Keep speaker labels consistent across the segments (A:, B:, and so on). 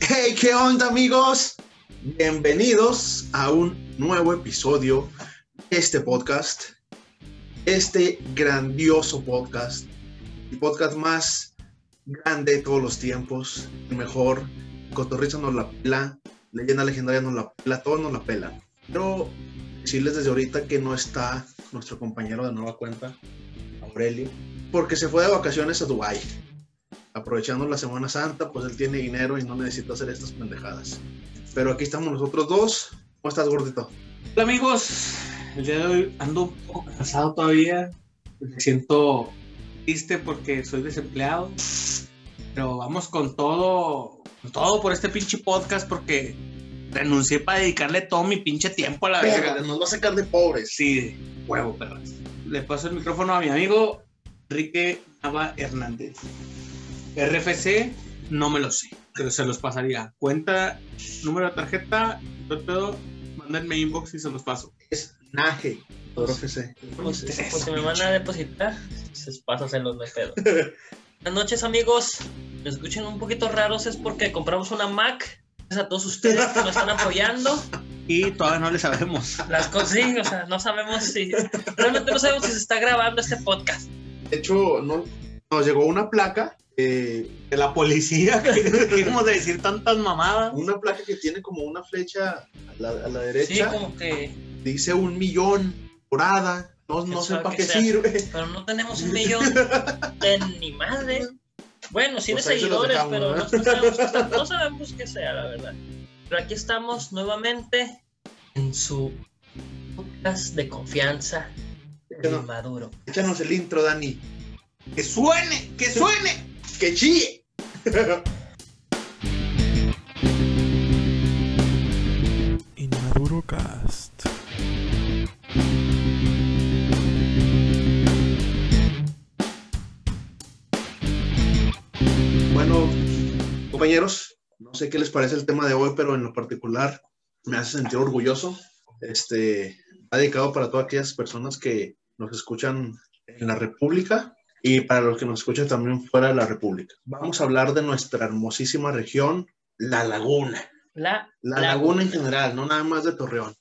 A: Hey, ¿qué onda amigos? Bienvenidos a un nuevo episodio de este podcast, este grandioso podcast, el podcast más grande de todos los tiempos, el mejor, Cotorriza nos la pela, Leyenda Legendaria nos la pela, todos nos la pelan. Pero decirles desde ahorita que no está nuestro compañero de nueva cuenta, Aurelio, porque se fue de vacaciones a Dubái aprovechando la Semana Santa, pues él tiene dinero y no necesita hacer estas pendejadas. Pero aquí estamos nosotros dos. ¿Cómo estás, gordito?
B: Hola amigos, el día de hoy ando un poco cansado todavía, me siento triste porque soy desempleado, pero vamos con todo, con todo por este pinche podcast porque renuncié para dedicarle todo mi pinche tiempo a la verga.
A: Ah, nos va a sacar de pobres.
B: Sí, huevo, perras. Le paso el micrófono a mi amigo Enrique Nava Hernández. RFC, no me lo sé, pero se los pasaría. Cuenta, número de tarjeta, todo, todo, mándenme inbox y se los paso.
A: Es naje, RFC.
C: Pues,
B: Entonces,
C: pues, si me van a depositar, se pasas en los pedo. Buenas noches, amigos. Me escuchan un poquito raros, es porque compramos una Mac. Gracias a todos ustedes que nos están apoyando.
B: Y todavía no le sabemos.
C: Las cosas, sí, o sea, no sabemos si. Realmente no sabemos si se está grabando este podcast.
A: De hecho, no, nos llegó una placa, eh,
B: De la policía, que dejemos de decir tantas mamadas.
A: una placa que tiene como una flecha a la, a la
C: Sí,
A: derecha.
C: como que.
A: Dice un millón dorada. No, no
C: Quién
A: sé
C: sabe
A: para
C: qué
A: qué
C: sea.
A: sirve.
C: Pero no tenemos un millón de ni madre. Bueno, sí
A: Pues
C: de
A: ahí se los
C: seguidores,
A: dejamos,
C: pero
A: ¿no?
C: no sabemos, qué tan- no sabemos qué sea, la verdad. Pero aquí estamos nuevamente en su podcast de confianza de
A: Échanos,
C: Maduro.
A: échanos el intro, Dani.
B: ¡Que suene! ¡Que suene!
A: ¡Que chille!
D: Inmaduro Cast.
A: Bueno, compañeros, no sé qué les parece el tema de hoy, pero en lo particular me hace sentir orgulloso. Este, va dedicado para todas aquellas personas que nos escuchan en la República y para los que nos escuchan también fuera de la República. Vamos a hablar de nuestra hermosísima región, La Laguna.
C: La,
A: La Laguna en general, no nada más de Torreón.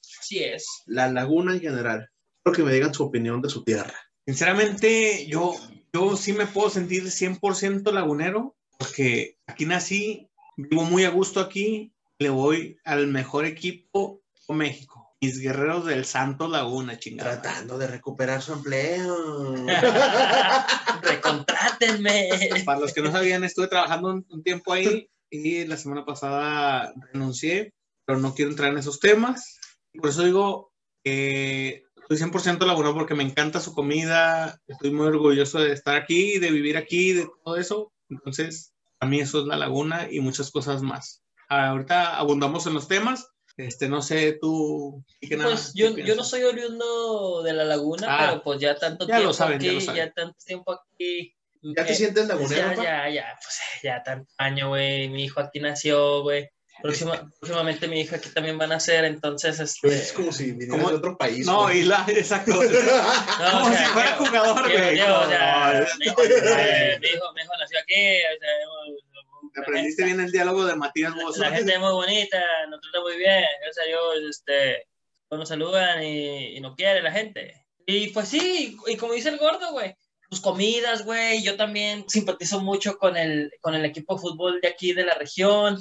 C: Así es.
A: La Laguna en general. Quiero que me digan su opinión de su tierra.
B: Sinceramente, yo, yo sí me puedo sentir 100% lagunero, porque aquí nací, vivo muy a gusto aquí, le voy al mejor equipo de México. Mis guerreros del Santo Laguna, chingada.
A: Tratando de recuperar su empleo.
C: Recontrátenme.
B: Para los que no sabían, estuve trabajando un, un tiempo ahí y la semana pasada renuncié, pero no quiero entrar en esos temas. Por eso digo, eh, soy 100% lagunero porque me encanta su comida, estoy muy orgulloso de estar aquí, de vivir aquí, de todo eso. Entonces, a mí eso es la laguna y muchas cosas más. Ahorita abundamos en los temas. Este, no sé, tú... ¿qué nada
C: Pues
B: más?
C: yo,
B: ¿Qué
C: yo no
B: piensas?
C: soy oriundo de la laguna,
B: Ah,
C: pero pues ya tanto
B: ya lo
C: tiempo
B: saben,
C: aquí,
B: ya lo saben.
C: tanto tiempo aquí.
A: ¿Ya te
C: me-
A: sientes
C: Pues
A: lagunero?
C: ya,
A: pa?
C: ya, ya, pues ya tanto año, güey. Mi hijo aquí nació, güey.
B: Este.
C: Próxima- próximamente mi hijo aquí también va a nacer, entonces,
B: Pues
C: este.
A: Es como si vinieras
B: ¿Cómo?
A: de otro país.
B: No,
A: güey.
B: y la... Exacto.
C: No,
B: Como si fuera
C: Diego,
B: jugador,
C: Diego,
B: güey.
C: Diego, o sea,
B: No,
C: mi hijo, eh, mi hijo, mi hijo nació aquí, o sea, hemos-
B: Te Aprendiste bien el diálogo de Matías Bozo. ¿eh?
C: La gente es muy bonita, nos trata muy bien. O sea, yo, este, nos saludan y, y nos quiere la gente. Y pues sí, y como dice el gordo, güey, sus comidas, güey, yo también simpatizo mucho con el, con el equipo de fútbol de aquí, de la región.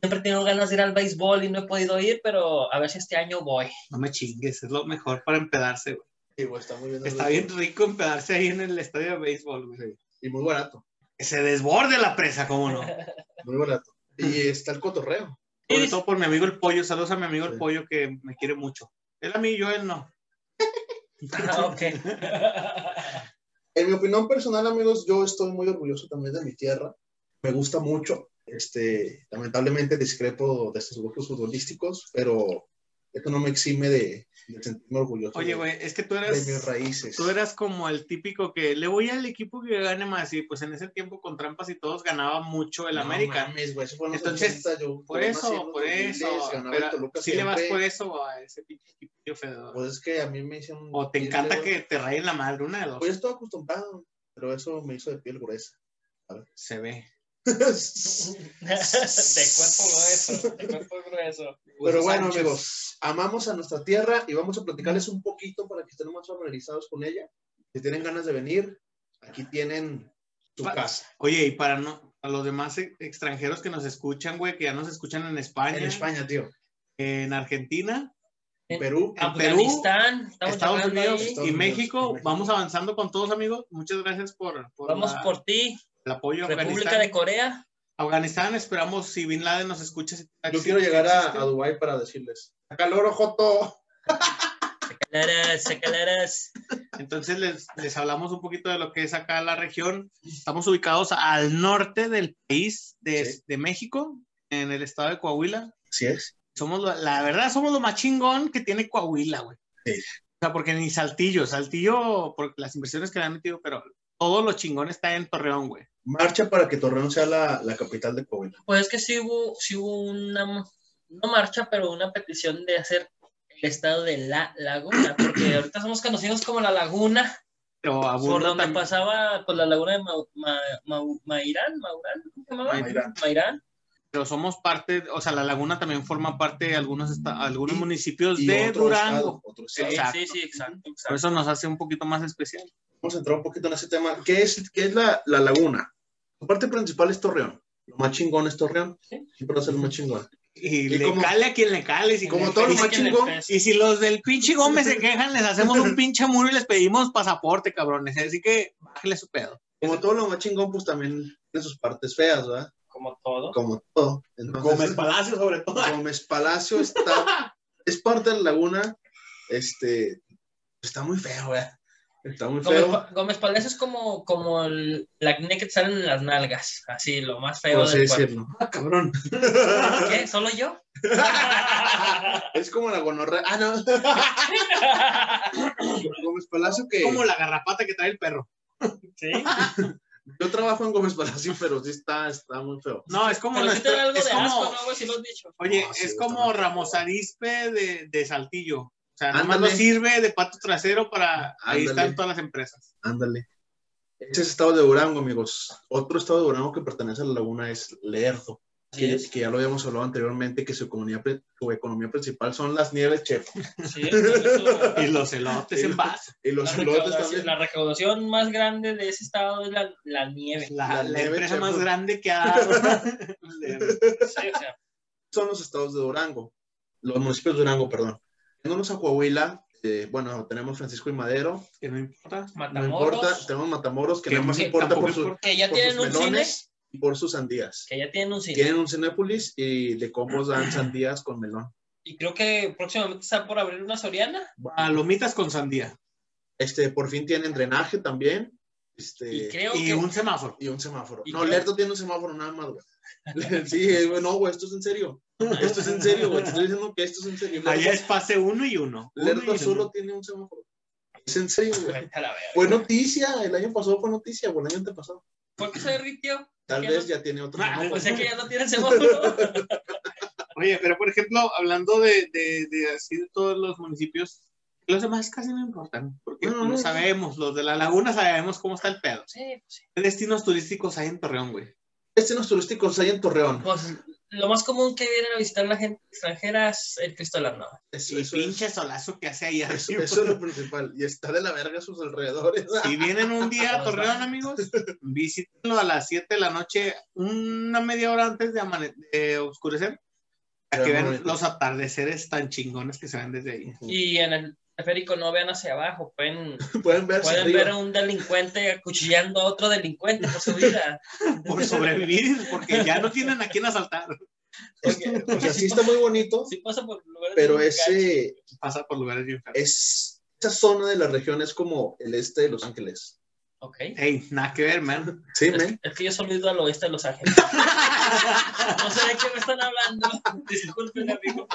C: Siempre he tenido ganas de ir al béisbol y no he podido ir, pero a ver si este año voy.
B: No me chingues, es lo mejor para empedarse, güey.
A: Sí, güey, pues, está muy bien.
B: Está bien rico empedarse ahí en el estadio de béisbol, güey.
A: Y muy barato.
B: Que se desborde la presa, cómo no.
A: Muy barato. Y está el cotorreo.
B: Sobre todo por mi amigo el pollo. Saludos a mi amigo el
A: Sí.
B: pollo que me quiere mucho. Él a mí, yo a él no.
C: Ah, ok.
A: En mi opinión personal, amigos, yo estoy muy orgulloso también de mi tierra. Me gusta mucho. Este, lamentablemente discrepo de estos grupos futbolísticos, pero esto no me exime de, de sentirme orgulloso
B: Oye,
A: de-
B: güey, es que tú
A: de,
B: eras,
A: mis raíces.
B: tú eras como el típico que le voy al equipo que gane más. Y pues en ese tiempo con trampas y todos ganaba mucho el
A: No
B: América.
A: mames, güey, eso fue en los
B: Entonces,
A: 80, yo-
B: Por
A: yo nací en
B: eso,
A: los
B: por
A: 2000s,
B: eso.
A: ganaba el
B: Pero
A: Toluca
B: si le vas
A: siempre.
B: por eso a ese pinche equipo fedor.
A: Pues es que a mí me hicieron.
B: O te
A: irle,
B: encanta
A: güey.
B: que te rayen la madre, una de dos.
A: Pues yo estaba acostumbrado, pero eso me hizo de piel gruesa.
B: Se ve.
C: de cuerpo grueso, de cuerpo grueso.
A: Pero bueno,
B: Pues Sánchez.
A: amigos, amamos a nuestra tierra y vamos a platicarles un poquito para que estén más familiarizados con ella. Si tienen ganas de venir, aquí tienen su
B: Pa-
A: casa.
B: Oye, y para no, a los demás e- extranjeros que nos escuchan, güey, que ya nos escuchan en España,
A: En España, tío.
B: en Argentina,
A: En Perú.
B: En Perú,
C: Afganistán, estamos
B: Estados
C: llegando
B: Unidos
C: ahí.
A: Estados
B: y
A: Unidos,
B: México.
A: y México.
B: Vamos avanzando con todos, amigos. Muchas gracias por, por
C: Vamos
B: la-
C: por ti,
B: el apoyo. a
C: República
B: Afganistán.
C: de Corea.
B: Afganistán, esperamos si Bin Laden nos escucha. si-
A: Yo
B: si
A: quiero llegar a,
B: existe.
A: a Dubái para decirles: ¡Acá el oro, Joto!
C: Sacalarás, sacalarás.
B: Entonces les, les hablamos un poquito de lo que es acá la región. Estamos ubicados al norte del país de,
A: Sí.
B: de México, en el estado de Coahuila.
A: Así es.
B: Somos lo- la verdad, somos lo más chingón que tiene Coahuila, güey.
A: Sí.
B: O sea, porque ni Saltillo, Saltillo, por las inversiones que le han metido, pero todo lo chingón está en Torreón, güey.
A: Marcha para que Torreón sea la, la capital de Coahuila.
C: Pues es que sí hubo, sí hubo una, no marcha, pero una petición de hacer el estado de la laguna, porque ahorita somos conocidos como la laguna,
B: Pero
C: por
B: abunda
C: donde
B: también-
C: pasaba por la laguna de Mau- Ma- Mau- Mairán, Maurán, ¿cómo se llamaba?
A: Mairán.
C: Mairán.
B: pero somos parte, o sea, la laguna también forma parte de algunos, esta- algunos
A: Y-
B: municipios
A: Y
B: de
A: otro estado,
B: Durango.
A: otro
C: Sí,
A: estado.
B: Exacto.
C: sí, sí, exacto,
B: Por
C: exacto.
B: eso nos hace un poquito más especial.
A: Vamos a entrar un poquito en ese tema. ¿Qué es, qué es la, la laguna? La parte principal es Torreón. Lo más chingón es Torreón.
C: Sí.
A: Siempre va a ser lo más chingón.
B: Y,
A: Y
B: le
A: como-
B: cale a quien le cale. si
A: como
B: le-
A: todo lo
B: y, si-
A: más chingón,
B: y si los del pinche Gómez se quejan, les hacemos un pinche muro y les pedimos pasaporte, cabrones. Así que bájale su pedo.
A: Como todo lo más chingón, pues también tiene sus partes feas, ¿verdad?
C: Como todo.
A: Como todo. Entonces,
B: Palacio, sobre todo.
A: Gómez Palacio está, es parte de la laguna, este, está muy feo, ¿verdad? Está muy
C: Gómez,
A: feo.
C: Pa- Gómez Palacio es como, como el, el acné que te salen en las nalgas, así, lo más feo
A: Por así
C: del cuerpo.
A: decirlo. cabrón.
C: ¿Qué? ¿Solo yo?
A: Es como la gonorrea. Ah, no. Gómez Palacio que
B: Como la garrapata que trae el perro.
C: sí.
A: yo trabajo en Gómez Palacio, pero sí está, está muy feo.
B: No, es como.
C: Pero sí te
B: nuestro-
C: da algo
B: es
C: de
B: como-
C: asco, ¿no, güey? Si lo has dicho.
B: Oye,
A: No, sí,
B: es
A: yo
B: como
A: también.
B: Ramos Arispe de, de Saltillo. O sea, nomás
A: Ándale.
B: nos sirve de pato trasero para. Ahí
A: Ándale.
B: están todas las empresas.
A: Ándale. Ese es estado de Durango, amigos. Otro estado de Durango que pertenece a la laguna es Lerdo, que, que ya lo habíamos hablado anteriormente, que su economía, pri- su economía principal son las nieves, chef.
C: Sí, eso-
B: Y los elotes en vaso.
A: Y los
C: La
A: elotes
C: recaudación,
A: también.
C: la recaudación más grande de ese estado es la, la nieve.
B: La,
A: La
B: la
A: nieve,
B: empresa
A: chef.
B: más grande que ha dado.
C: Sí, o sea,
A: son los estados de Durango, los municipios de Durango, perdón. Yéndonos a Coahuila, eh, bueno, tenemos Francisco y Madero,
B: que no importa.
A: no
C: Matamoros,
A: importa, tenemos Matamoros, que
B: Que
A: nada más
B: que
A: importa
B: tampoco
A: por, su-
B: importa.
C: que ya
A: por
C: tienen
A: sus
C: un cine,
A: melones y por sus sandías.
C: que ya tienen un cine.
A: Tienen un Cinépolis y de combos dan sandías con melón.
C: Y creo que próximamente está por abrir una Soriana.
B: Palomitas con sandía.
A: Este, por fin tienen drenaje también. Este,
C: y creo
B: y
C: que
B: un semáforo.
A: y un semáforo.
C: ¿Y
A: no,
C: qué?
A: Lerdo tiene un semáforo nada más, güey. Sí, eh, güey, no, güey, esto es en serio. Esto es en serio, güey. Te estoy diciendo que esto es en serio.
B: Allá
A: Lerdo,
B: es pase uno y uno. Uno y
A: Lerdo
B: uno.
A: solo tiene un semáforo. Es en serio, güey.
C: Vete a la verga.
A: Fue noticia, el año pasado fue noticia, o el año antepasado.
C: ¿Por qué se derritió?
A: Tal
C: ¿Qué
A: vez
C: no?
A: ya pues tiene otro
B: Ah,
A: semáforo.
C: O sea que ya no tienen semáforo.
B: Oye, pero por ejemplo, hablando de, de, de así de todos los municipios, los demás casi no importan. Porque
A: No, no,
B: no,
A: no.
B: sabemos, los de la laguna sabemos cómo está el pedo.
C: Sí, pues sí.
B: ¿Qué destinos turísticos hay en Torreón, güey?
A: Destinos turísticos hay en Torreón.
C: Pues lo más común que vienen a visitar la gente extranjera es el Cristo de las Navas.
A: Eso,
B: Y
A: eso
B: pinche
A: es,
B: solazo que hace ahí
A: eso-
B: arriba.
A: eso es lo principal. Y está de la verga a sus alrededores.
B: Si vienen un día a Torreón, amigos, visítenlo a las 7 de la noche, una media hora antes de, amane- de oscurecer, para que
A: Ya,
B: vean
A: bonito.
B: los atardeceres tan chingones que se ven desde ahí.
C: Y en el teleférico no vean hacia abajo, pueden
A: Pueden ver Mm. hacia
C: Pueden
A: arriba.
C: ver a un delincuente acuchillando a otro delincuente por su vida.
B: Por sobrevivir, porque ya no tienen a quién asaltar.
C: Porque,
A: O sea, sí está muy bonito,
C: sí pasa por lugares.
A: pero
C: muy caros.
A: ese,
B: Pasa por lugares bien feos.
A: es, esa zona de la región es como el este de Los Ángeles.
C: Ok.
B: Ey, nada que ver, man.
A: Sí,
C: Es,
A: men.
C: es que yo solo he ido al oeste de Los Ángeles. No sé de qué me están hablando. Disculpen, amigo.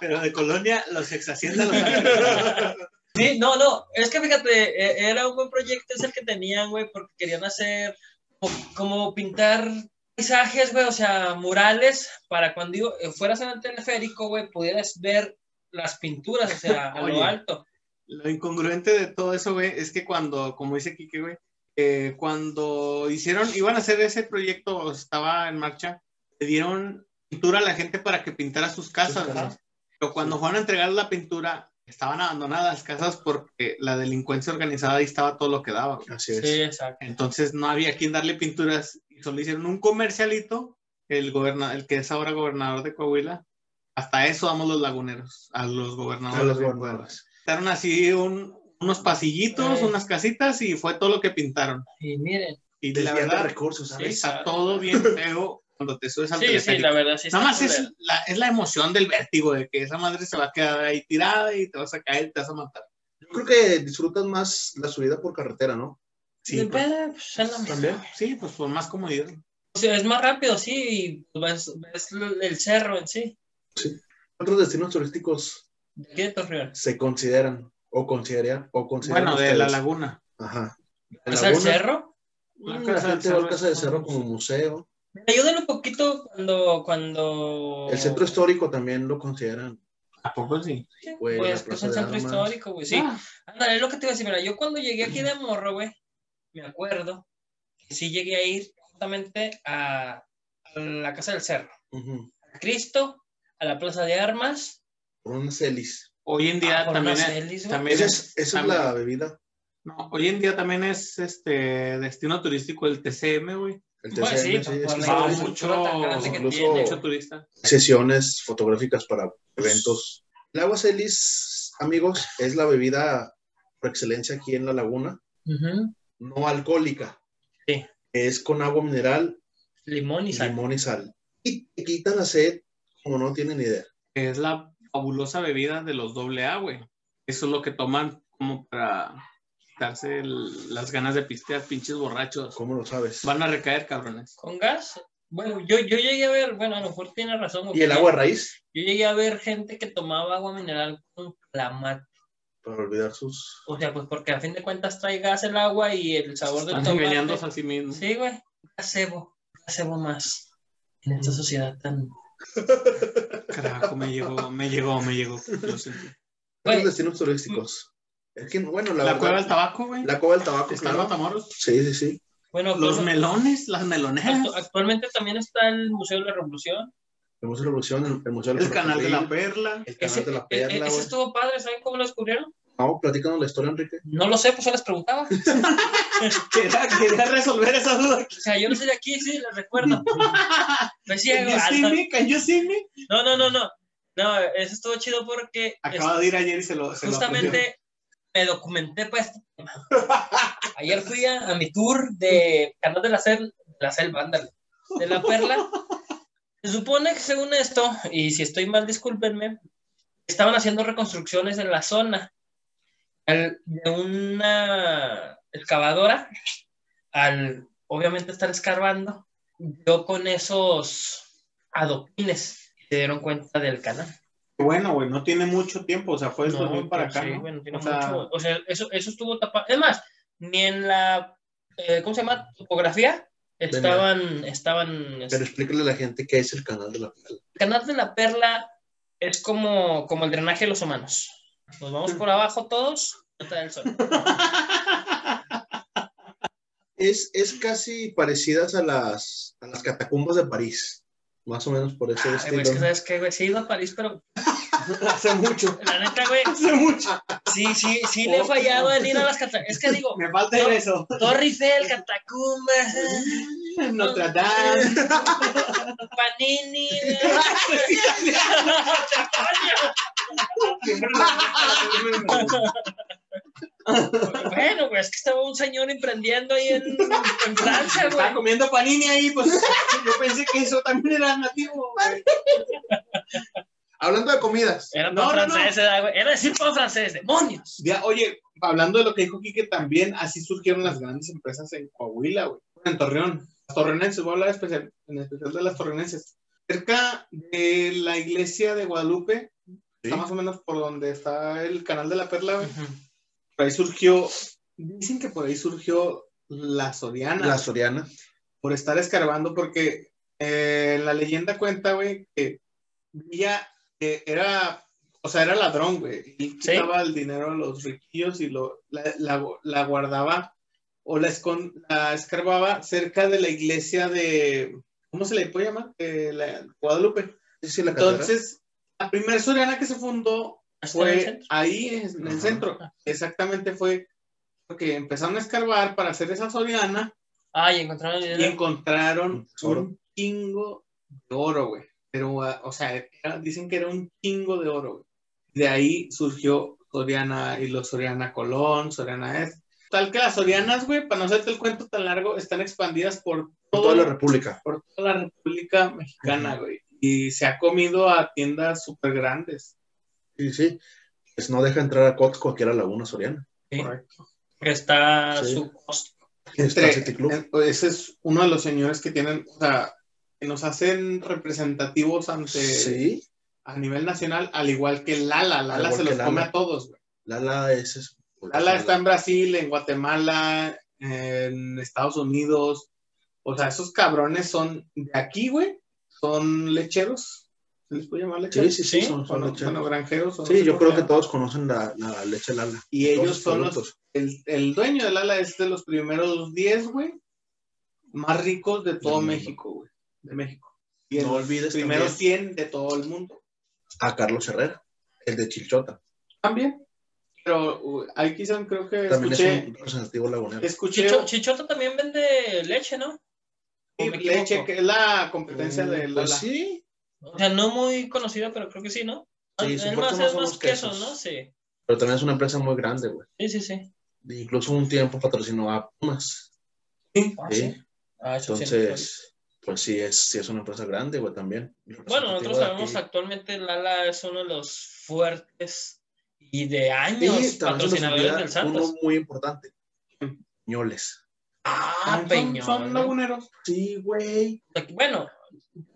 B: Pero de Colonia, los exhaciendas los agarran.
C: Sí, no, no. Es que fíjate, e- era un buen proyecto ese el que tenían, güey, porque querían hacer como, como pintar paisajes, güey, o sea, murales, para cuando iba- eh, fueras en el teleférico, güey, pudieras ver las pinturas, o sea, a
B: Oye.
C: lo alto.
B: Lo incongruente de todo eso, güey, es que cuando, como dice Kike, güey, eh, cuando hicieron, iban a hacer ese proyecto, o estaba en marcha, le dieron pintura a la gente para que pintara sus casas,
A: Sus
B: ¿no?
A: casas.
B: Pero cuando fueron a entregar la pintura, estaban abandonadas las casas porque la delincuencia organizada ahí estaba todo lo que daba. güey.
A: Así es.
C: Sí, exacto.
B: Entonces no había quien darle pinturas y solo hicieron un comercialito, el, goberna el que es ahora gobernador de Coahuila. Hasta eso damos los laguneros, a los
A: A
B: gobernadores.
A: los
B: de Coahuila.
A: guardadas.
B: Pintaron así un- unos pasillitos,
C: Eh.
B: unas casitas y fue todo lo que pintaron.
C: Y miren.
B: Y la
A: Desviando
B: verdad,
A: recursos,
B: Sí,
A: ¿sabes?
B: está
C: Exacto.
B: todo bien feo cuando te subes al
C: Sí, sí,
B: teleférico.
C: la verdad sí. está
B: Nada más es
C: culero.
B: la, es la emoción del vértigo, de que esa madre se va a quedar ahí tirada y te vas a caer, te vas a matar.
A: Yo creo que disfrutas más la subida por carretera, ¿no?
B: Sí,
C: Ni
B: pues,
C: pedo, pues, es la misma.
A: También.
B: sí, pues por más comodidad.
C: O sea, es más rápido, sí, y ves, ves el el cerro en sí.
A: ¿Cuántos destinos turísticos
C: ¿De aquí de Torreón?
A: se consideran o considerarían o consideran
B: Bueno, de la
A: ustedes?
B: laguna.
A: Ajá. La
C: ¿Es el
A: laguna,
C: cerro?
A: mm, La gente va a la casa de cerro como museo.
C: Ayúdenme un poquito cuando, cuando...
B: Oh.
A: El centro histórico también lo consideran.
B: ¿A poco sí?
C: Sí,
A: güey,
C: Pues
A: la
C: que es
A: Plaza
C: un
A: de
C: centro
A: Armas.
C: histórico, güey. Sí.
B: Ah,
C: Ándale, es lo que te iba a decir. Mira, yo cuando llegué aquí de morro, güey, me acuerdo que sí llegué a ir justamente a, a la Casa del Cerro,
A: Ujú.
C: a Cristo, a la Plaza de Armas,
A: Por una celis.
B: hoy en día
C: a Juan
B: también eh, es,
C: Celis, güey.
B: también
A: Esa es,
B: es-
A: esa es
B: también-
A: la bebida.
B: no, hoy en día también es este destino turístico el TCM, güey.
A: El
C: Bueno,
A: TCM, sí,
C: sí, por-
A: es
C: por
A: que
C: la
A: son
B: Ah,
C: infraestructura
B: mucho-
C: tan grande que
A: incluso-
C: tiene.
B: Mucho turista.
A: sesiones fotográficas para eventos. El agua celis, amigos, es la bebida por excelencia aquí en la laguna,
C: Ujú.
A: no alcohólica.
C: Sí.
A: Es con agua mineral,
C: Limón y sal.
A: limón y sal. Y te quita la sed como no tienen idea.
B: que es la fabulosa bebida de los doble A, güey. Eso es lo que toman como para quitarse el- las ganas de pistear, pinches borrachos.
A: ¿Cómo lo sabes?
B: Van a recaer, cabrones.
C: ¿Con gas? Bueno, yo, yo llegué a ver, bueno, a lo mejor tiene razón. güey,
A: ¿Y el
C: porque
A: agua raíz?
C: Yo llegué a ver gente que tomaba agua mineral con clamato.
A: Para olvidar sus...
C: O sea, pues porque a fin de cuentas trae gas el agua y el sabor del
B: Están
C: tomate.
B: engañándose a sí mismos.
C: Sí, güey. Placebo. Placebo más. En esta sociedad tan.
B: Carajo, me llegó, me llegó, me llegó. Lo siento.
A: Los
C: Güey.
A: destinos turísticos. Es que, bueno, la,
B: La,
A: verdad-
B: cueva del tabaco, güey.
A: La cueva del tabaco,
B: Está en
A: claro.
B: Matamoros.
A: Sí, sí, sí.
C: Bueno,
B: Los
C: pues,
B: melones, las meloneras.
C: actu- actualmente también está el Museo de la Revolución.
A: El Museo de la Revolución, el, el Museo de la
B: El canal de la
A: Ferrocarril,
B: perla.
A: El canal
C: Ese,
A: de la
C: e- e-
A: perla,
C: ese
A: güey.
C: estuvo padre, ¿saben cómo lo descubrieron?
A: No, platícanos la historia, Enrique.
C: No lo sé, pues yo les preguntaba. O
B: Quería, quería resolver esa duda.
C: sea, yo no soy de aquí, sí, les recuerdo. Me
B: ¿Can
C: ciego.
B: you see me? ¿Can you see me?
C: No, no, no, no. No, eso estuvo chido porque
B: Acaba de ir ayer y se lo. se lo aprendió.
C: justamente me documenté para este tema. Ayer fui a, a mi tour de Canal de la, Sel la Selva, ándale, de la Perla. Se supone que según esto, y si estoy mal, discúlpenme, estaban haciendo reconstrucciones en la zona Al- de una excavadora. Al obviamente estar escarbando, yo con esos adoquines se dieron cuenta del canal.
B: Bueno, güey, no tiene mucho tiempo. O sea, fue desde
C: No,
B: muy para
C: pues
B: acá.
C: sí,
B: ¿no?
C: bueno, tiene
B: O sea,
C: mucho- o sea, eso, eso estuvo tapado. Es más, ni en la, eh, ¿cómo se llama? Topografía estaban, estaban,
A: Pero explícale a la gente qué es el canal de la perla.
C: el canal de la perla es como, como el drenaje de los humanos. Nos vamos por abajo todos, hasta el sol.
A: Es, es casi parecidas a las, a las catacumbas de París. Más o menos por ese
B: Ah, Pues
C: Ay,
A: estilo.
C: güey, es que sabes que, güey, sí he ido a París, pero
B: Hace mucho.
C: la neta, güey,
B: Hace mucho.
C: sí, sí, sí le he fallado en ir a las catacumbas. Es que digo,
B: Me falta ir a eso.
C: Torre Eiffel, catacumbas, eh,
B: Notre Dame.
C: Panini, eh. Bueno, güey, es que estaba un señor emprendiendo ahí en, en Francia,
B: Estaba
C: güey.
B: comiendo panini ahí, pues yo pensé que eso también era nativo. güey.
A: Hablando de comidas.
C: Era
B: No,
C: pan
B: no, no.
C: francés, era, güey. Era decir pan francés, demonios.
B: Ya, oye, hablando de lo que dijo Kike, también así surgieron las grandes empresas en Coahuila, güey. En Torreón. Las torreonenses, voy a hablar especial, en especial de las torreonenses. Cerca de la iglesia de Guadalupe, está más o menos por donde está el canal de la Perla, güey. Por ahí surgió, dicen que por ahí surgió la Soriana.
A: La Soriana.
B: por estar escarbando, porque eh, la leyenda cuenta, güey, que Villa eh, era, o sea, era ladrón, güey, y quitaba el dinero a los riquillos y lo, la, la- la guardaba o la, escon- la escarbaba cerca de la iglesia de, ¿cómo se le puede llamar? De la Guadalupe.
A: Sí, sí, la catedral.
B: Entonces, la primera soriana que se fundó
C: Hasta en el
B: fue
C: centro.
B: ahí en el
A: Ajá.
B: centro. Exactamente fue porque empezaron a escarbar para hacer esa soriana
C: Ah, y encontraron el
B: y
C: video.
B: encontraron
A: Oro.
B: un chingo de oro, güey. Pero, ah, o sea, era- dicen que era un chingo de oro, güey. De ahí surgió Soriana y los Soriana Colón, Soriana Es. Tal que las Sorianas, güey, para no hacerte el cuento tan largo, están expandidas por
A: Por toda la República.
B: por toda la República Mexicana, güey. Y se ha comido a tiendas súper grandes.
A: Sí, sí. Pues no deja entrar a Costco, que era Laguna Soriana.
C: Sí.
B: Correcto.
C: Que está
A: Sí.
C: su costo.
B: Este,
A: Está City Club.
B: pues, Ese es uno de los señores que tienen, o sea, que nos hacen representativos ante
A: Sí.
B: a nivel nacional, al igual que Lala. Lala
A: Al igual
B: se los
A: que
B: come
A: Lala.
B: a todos, güey.
A: Lala es. es pues,
B: Lala está en Brasil, en Guatemala, en Estados Unidos. O sea, esos cabrones son de aquí, güey. Son lecheros. ¿Se les puede llamar
A: Sí,
B: lecheros?
A: sí, sí,
C: Sí,
A: son, son
B: Bueno,
A: lecheros.
B: bueno, granjeros. o no
A: sí,
B: sé
A: yo
B: cómo
A: creo
B: se
A: que
B: llama.
A: todos conocen la, la leche Lala.
B: Y
A: Todos
B: ellos son los,
A: productos.
B: el, el dueño de Lala es de los primeros 10, güey, más ricos de todo
A: Del mundo.
B: México, güey, de México. Y
A: No
B: los
A: olvides
B: primeros
A: también
B: 100 de todo el mundo.
A: a Carlos Herrera, el de Chilchota.
B: También. Pero uh, ahí quizás creo que
A: También
B: escuché,
A: es un representativo lagunero.
B: escuché
C: Chicho- Chichota también vende leche, ¿no? ¿O
B: sí,
C: me equivoco?
B: leche, que es la competencia
A: Mm,
B: de Lala.
A: pues sí.
C: O sea, no muy conocida, pero creo que sí, ¿no?
A: Sí,
C: es
A: su fuerte
C: más,
A: no
C: es
A: son
C: más
A: los
C: queso,
A: quesos.
C: ¿no? Sí.
A: Pero también es una empresa muy grande, güey.
C: Sí, sí, sí.
A: Incluso un tiempo patrocinó a Pumas.
C: Ah,
A: ¿sí?
C: sí. Ah, eso sí, entonces.
A: Entonces, pues sí es, sí es una empresa grande, güey, también.
C: Bueno, nosotros sabemos
A: a
C: actualmente Lala es uno de los fuertes y de
A: y
C: años
A: también se nos
C: patrocinadores del
A: olvida
C: Santos.
A: uno muy importante.
B: Mm.
A: Ñoles.
C: Ah,
B: Ah, son,
C: Peñón.
B: son laguneros.
A: Sí, güey.
C: Bueno,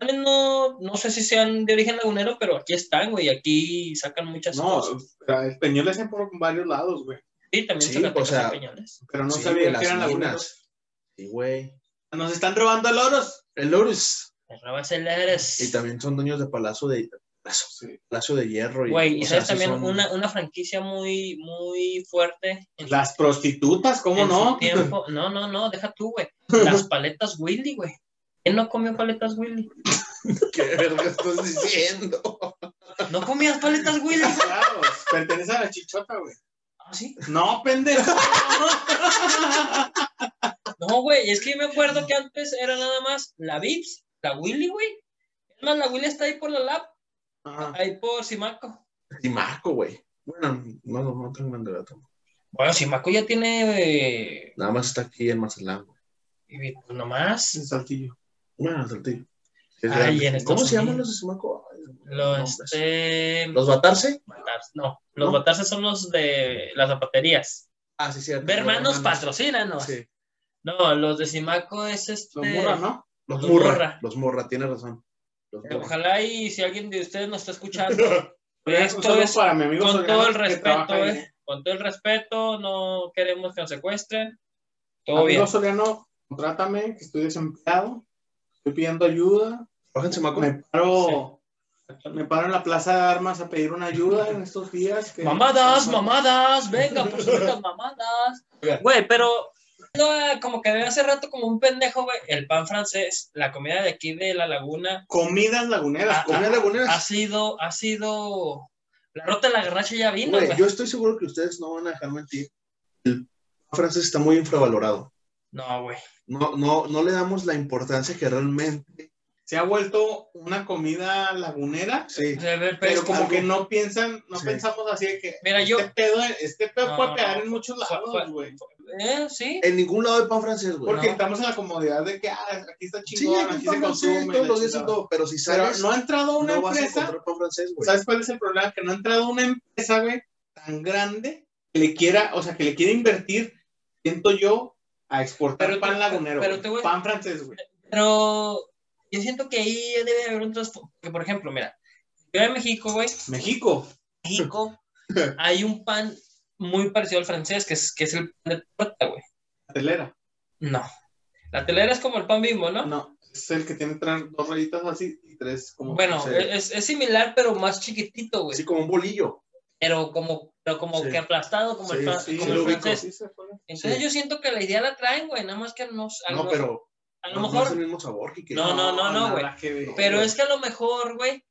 C: también no, no sé si sean de origen lagunero, pero aquí están, güey. Aquí sacan muchas
B: No,
C: cosas.
B: pero Peñoles es por varios lados, güey.
C: Sí, también
A: sí,
C: sacan
A: o sea,
C: peñones.
B: Pero no
A: Sí, güey,
B: sabía
A: las
B: que eran
A: minas.
B: laguneros.
A: Sí, güey.
B: Nos están robando el oros.
A: El Lourdes.
C: Te robas el Everest.
A: Y también son dueños de Palacio de, Palacio, Palacio de Hierro. y-
C: Güey, y
A: o sea,
C: sabes también
A: sí son-
C: una, una franquicia muy, muy fuerte. en-
B: Las prostitutas, ¿cómo
C: en su
B: no?
C: tiempo. No, no, no, deja tú, güey. Las paletas Willy, güey. ¿Quién no comió paletas Willy?
A: ¿Qué verga estás diciendo?
C: ¿No comías paletas Willy?
B: Claro, pertenece a la chichota, güey.
C: Ah, sí.
B: No, pendejo.
C: No, güey, es que yo me acuerdo que antes era nada más la Vips, la Willy, güey. Es más, la Willy está ahí por la lab,
B: Ajá.
C: ahí por Simaco.
A: Y Marco, güey. Bueno, no, no, no tengo nada de dato.
C: Bueno, Simaco ya tiene. eh,
A: Nada más está aquí en Mazatlán, güey.
C: y- pues, nomás.
B: En Saltillo.
A: Bueno, hasta el tío. Es
C: Ay,
A: grande.
C: en Estados
A: ¿Cómo se llaman
C: Unidos.
A: los de Simaco? Ay,
C: Lo,
A: no, pues.
C: este.
A: ¿Los Batarse?
C: Batarse, No, los
A: ¿No?
C: Batarse son los de las zapaterías.
A: Ah, sí, cierto.
C: Ve, hermanos,
A: Los
C: patrocínanos.
A: Sí.
C: No, los de Simaco es este.
B: Son murra, ¿no?
A: Los,
C: Los
A: Murra.
C: Murra.
A: Los Murra, tiene razón. Los
C: Eh,
A: Murra.
C: Ojalá y si alguien de ustedes nos está escuchando,
B: Un
C: Pues esto
B: saludo
C: es
B: para mi amigo
C: con
B: Soriano,
C: todo el
B: que
C: respeto,
B: trabaja ahí.
C: eh, con todo el respeto, no queremos que nos secuestren. Todo
B: Amigo
C: bien.
B: Soriano, contrátame, que estoy desempleado. Estoy pidiendo ayuda.
A: ¿Trabaja en Simaco?
B: Me paro, me paro en la plaza de armas a pedir una ayuda en estos días. que-
C: Mamadas, mamadas, venga, por supuesto, mamadas. Güey, pero no, como que hace rato como un pendejo, güey, el pan francés, la comida de aquí de la laguna,
B: Comidas laguneras.
C: Ah,
B: comidas laguneras.
C: ha sido, ha sido, la rota de la garracha ya vino,
A: Güey,
C: güey.
A: yo estoy seguro que ustedes no van a dejar mentir. El francés está muy infravalorado.
C: No, güey.
A: No, no, no le damos la importancia que realmente.
B: Se ha vuelto una comida lagunera.
A: Sí.
C: O sea, ve,
B: Pero
C: pues,
B: como
A: algo-
B: que no piensan, no
A: Sí.
B: pensamos así de que
C: Mira, yo,
B: este pedo, este pedo
C: No,
B: puede
C: no,
B: pegar
C: no.
B: en muchos
C: Fue- fue-
B: lados, güey.
C: eh, sí,
A: En ningún lado hay pan francés, güey.
B: Porque
C: No.
B: estamos en la comodidad de que ah, aquí está
A: Sí,
B: chingón,
A: aquí
B: aquí
A: pan
B: se
A: francés,
B: consume.
A: todos
B: la
A: los días en
B: chingada.
A: todo. Pero si
B: Pero
A: sales,
B: no ha entrado una
A: no vas a
B: empresa,
A: encontrar pan francés, güey.
B: ¿sabes cuál es el problema? Que no ha entrado una empresa, güey, tan grande que le quiera, o sea, que le quiera invertir, siento yo, a exportar
C: Pero te-
B: pan lagunero,
C: pero
B: güey,
C: te voy-
B: pan francés, güey.
C: pero yo siento que ahí debe haber un trasfondo, que por ejemplo, mira, yo en México, güey,
B: México,
C: México hay un pan muy parecido al francés, que es, que es el pan de torta, güey.
B: telera.
C: No. La telera es como el pan bimbo, ¿no?
B: No, es el que tiene tres- dos rayitas así y tres como...
C: bueno, e-,
A: sí.
C: es, es similar, pero más chiquitito, güey.
A: Así como un bolillo.
C: pero como, pero como
A: Sí.
C: que aplastado, como el,
A: Sí,
C: fran-
A: sí,
C: como
A: sí,
C: el
A: lo ubico.
C: francés.
B: Sí, se fue.
C: Entonces
A: Sí.
C: yo siento que la idea la traen, güey, nada más que nos, a,
A: No,
C: lo-
A: pero
C: a lo
A: no, no
C: mejor
A: es el mismo sabor que
C: No, no, no, no, güey.
B: nada que ver.
C: Pero es que a lo mejor, güey,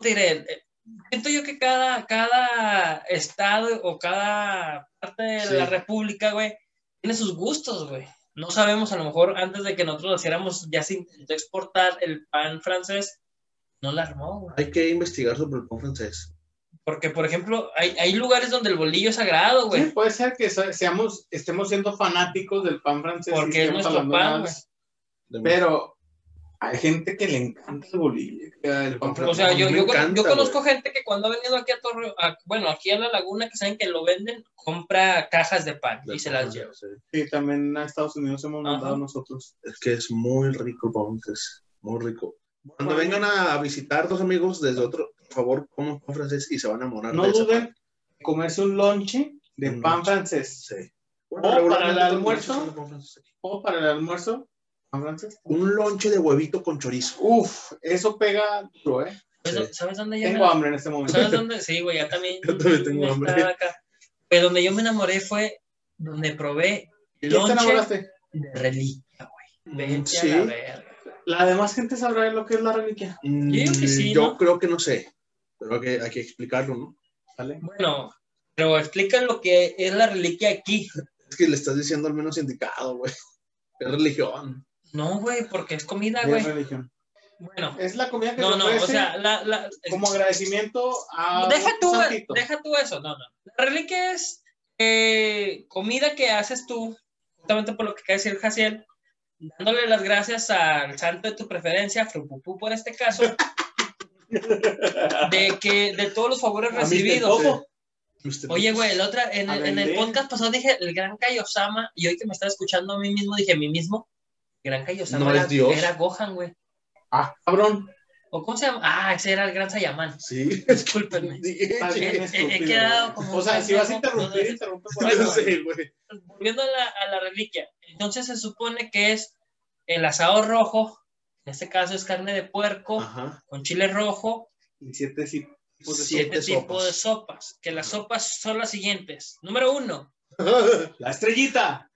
C: te diré, eh, siento yo que cada, cada estado o cada parte de
A: Sí.
C: la república, güey, tiene sus gustos, güey. No sabemos, a lo mejor antes de que nosotros lo hiciéramos, ya se intentó exportar el pan francés, no la armó, güey.
A: Hay que investigar sobre el pan francés.
C: Porque, por ejemplo, hay, hay lugares donde el bolillo es sagrado,
B: Sí,
C: güey.
B: puede ser que se- seamos, estemos siendo fanáticos del pan francés.
C: Porque
B: y
C: es
B: estemos
C: nuestro
B: hablando
C: pan,
B: nada
C: güey.
B: más. Pero hay gente que le encanta el bolillo. que El pan
C: O sea,
B: francés.
C: yo,
A: me
C: yo, con-
A: encanta,
C: yo conozco
A: güey.
C: gente que cuando ha venido aquí a Torre, a- bueno, aquí a La Laguna, que saben que lo venden, compra cajas de pan y se las lleva.
A: Sí.
B: Sí, también a Estados Unidos hemos
C: Ajá.
B: mandado nosotros.
A: Es que es muy rico el pan francés. Muy rico. Cuando
B: Bueno,
A: vengan a visitar dos amigos desde otro, por favor, coman pan francés y se van a enamorar.
B: No
A: de esa
B: duden
A: pan.
B: comerse un lonche de
A: Un
B: pan
A: lonche.
B: francés.
A: Sí.
B: O para el
A: regularmente los
B: almuerzo.
A: muchachos son pan francés.
B: O para el almuerzo, pan francés.
A: Un lonche de huevito con chorizo.
B: Uf, eso pega duro, ¿eh?
C: ¿Sabes-
A: Sí.
C: ¿Sabes dónde ya me
B: Tengo
C: la-
B: hambre en este momento.
C: ¿Sabes dónde? Sí, güey, ya también.
A: Yo también tengo
C: me
A: hambre.
C: estaba acá. Pero donde yo me enamoré fue donde probé
B: ¿Quién te
C: lonche
B: enamoraste?
C: de reliquia, güey. Vete
A: Mm, Sí.
C: a la verga.
B: La demás gente sabrá lo que es la reliquia.
A: Mm,
C: Yo creo que sí,
A: yo
C: ¿no?
A: creo que no sé. Pero hay que, hay que explicarlo, ¿no?
B: ¿Vale?
C: Bueno, pero explica lo que es la reliquia aquí.
A: Es que le estás diciendo al menos indicado, güey. Es religión.
C: No, güey, porque es comida,
B: Es
C: güey.
B: religión.
C: Bueno,
B: Ah, Es la comida que
C: no,
B: se
C: no,
B: ofrece
C: o sea, la. la-
B: como agradecimiento a
C: deja,
B: Ah, un
C: tú, eh,
B: santito.
C: deja tú eso, no, no. La reliquia es eh, comida que haces tú, justamente por lo que acaba de decir Jaciel, dándole las gracias al santo de tu preferencia, Frupupú por este caso, de que de todos los favores
B: A mí te
C: recibidos.
B: toco.
A: Usted-
C: Oye, güey, la otra, en
B: A
C: el, en el
B: vender.
C: podcast pasado dije el gran Kaiosama, y hoy que me estaba escuchando a mí mismo, dije mí mismo, el gran Kaiosama
A: No
C: era,
A: es Dios.
C: era Gohan, güey.
B: Ah, cabrón.
C: ¿O cómo se llama? Ah, ese era el gran Sayaman.
A: Sí.
C: Discúlpenme.
B: Está
A: Sí,
B: bien
C: He- he
B: estúpido, güey.
C: quedado como
B: O sea,
C: un
B: si vas a
C: pendejo,
B: interrumpir,
C: no,
B: interrumpe por algo.
A: sí, güey.
C: volviendo a la, a la reliquia, entonces se supone que es el asado rojo, en este caso es carne de puerco
B: Ah.
A: Ajá.
C: con chile rojo,
B: Y siete sí.
A: Pues de
C: siete
A: sopas.
C: tipos de sopas, que las sopas son las siguientes. Número uno,
B: La estrellita.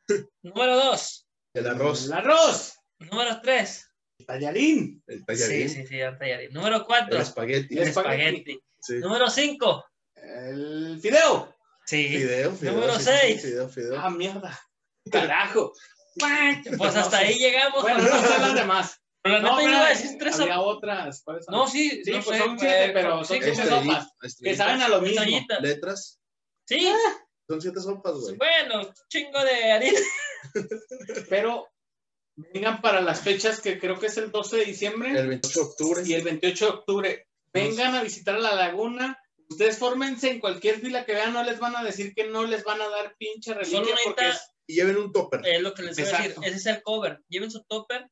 C: número dos,
A: El arroz.
B: El arroz.
C: número tres,
B: El tallarín.
A: El
C: sí,
A: tallarín.
C: sí, sí, ya tallarín. número cuatro,
A: El
C: el
A: espagueti.
B: el
C: espagueti,
B: espagueti.
A: Sí.
C: número cinco,
B: El fideo.
C: sí,
A: Fideo, fideo. sí,
C: Número
A: sí, sí,
C: seis.
A: Fideo, fideo.
B: Ah, mierda. Carajo.
C: pues hasta ahí llegamos.
B: Bueno, no son las demás.
C: Pero la
B: No,
C: neta yo
B: mira,
C: iba a decir tres
B: había
C: sopas.
B: otras. ¿Cuáles son?
C: No, sí,
B: Sí,
C: no
B: pues
C: sé,
B: son siete,
C: eh,
B: pero son
C: sí,
B: siete
C: como-
A: Estrellita,
B: sopas, Que
A: estrellita.
B: saben a lo mismo.
C: estrellitas.
A: Letras.
C: Sí, pues,
A: Son siete sopas, güey.
C: bueno, chingo de harina.
B: Pero vengan para las fechas que creo que es el 12 de diciembre.
A: El 28 de octubre.
B: y el 28 de octubre. Vengan a visitar la laguna. Ustedes fórmense en cualquier fila que vean, no les van a decir que no les van a dar pinche reliquia
C: Solo
B: porque
C: neta
B: es-
A: Y lleven un topper.
C: Es lo que les iba a decir.
B: Exacto.
C: Ese es el cover. Lleven su topper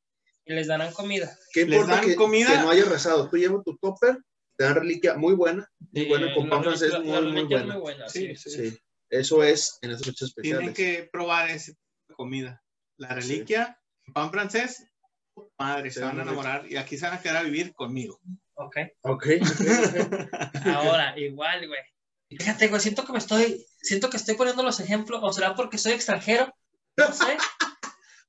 C: y les darán comida.
A: ¿Qué
B: les
A: importa
B: dan
A: que,
B: comida?
A: que no haya rezado? Tú llevas tu topper, te dan reliquia muy buena. Muy buena,
C: Eh,
A: con
C: la
A: pan francés
C: reliquia-
A: muy,
C: la
A: muy
C: reliquia es
A: buena.
C: muy buena,
B: Sí,
C: sí.
B: sí.
A: Sí. Eso es en esas fechas
B: tienen
A: especiales.
B: que probar ese tipo de comida. La reliquia, pan francés, madre, se
A: Sí,
B: van
A: muy
B: a
A: rico.
B: enamorar y aquí se van a quedar a vivir conmigo.
C: Ok.
A: Ok.
C: Ahora, igual, güey. Fíjate, güey, siento que me estoy, siento que estoy poniendo los ejemplos, o será porque soy extranjero, no sé,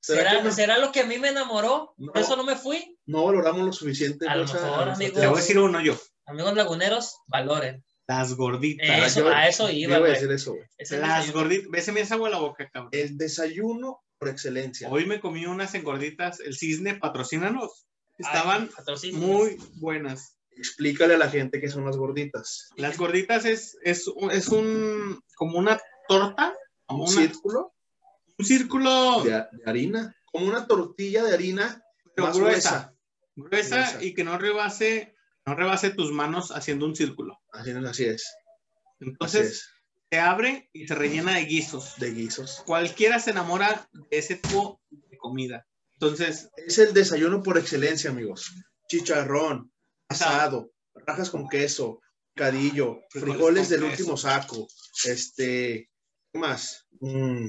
A: ¿Será,
C: será,
A: que no,
C: será lo que a mí me enamoró,
A: No.
C: por eso no me fui.
A: no valoramos lo suficiente?
C: A lo
A: pues,
C: mejor, amigo.
B: Te voy a decir uno yo.
C: Amigos laguneros, valoren.
B: Las gorditas.
A: Para
C: Eso,
A: yo-
C: a eso
A: Yo
C: iba,
A: iba a
C: güey.
A: decir eso, güey.
C: Ese
B: Las
C: desayuno.
B: gorditas. Ves, se me hace agua la boca, cabrón.
A: El desayuno por excelencia.
B: Hoy me comí unas engorditas. El cisne, patrocínanos.
C: Ay,
B: Estaban
C: patrocinios.
B: muy buenas.
A: Explícale a la gente qué son las gorditas.
B: Las gorditas es, es, un- es un como una torta, o
A: Un
B: una-
A: círculo
B: un círculo
A: de, ha- de harina. Como una tortilla de harina
B: pero
A: más
B: gruesa, gruesa,
A: Gruesa.
B: y que no rebase, no rebase tus manos haciendo un círculo.
A: Así, es, así es. Así
B: Entonces se abre y se rellena de guisos.
A: es. De guisos.
B: Cualquiera se enamora de ese tipo de comida. Entonces,
A: Es el desayuno por excelencia, amigos. Chicharrón, asado, rajas con queso, cadillo,
B: Frijoles
A: frijoles
B: con
A: del
B: queso.
A: último saco. Este, ¿qué más? Mm,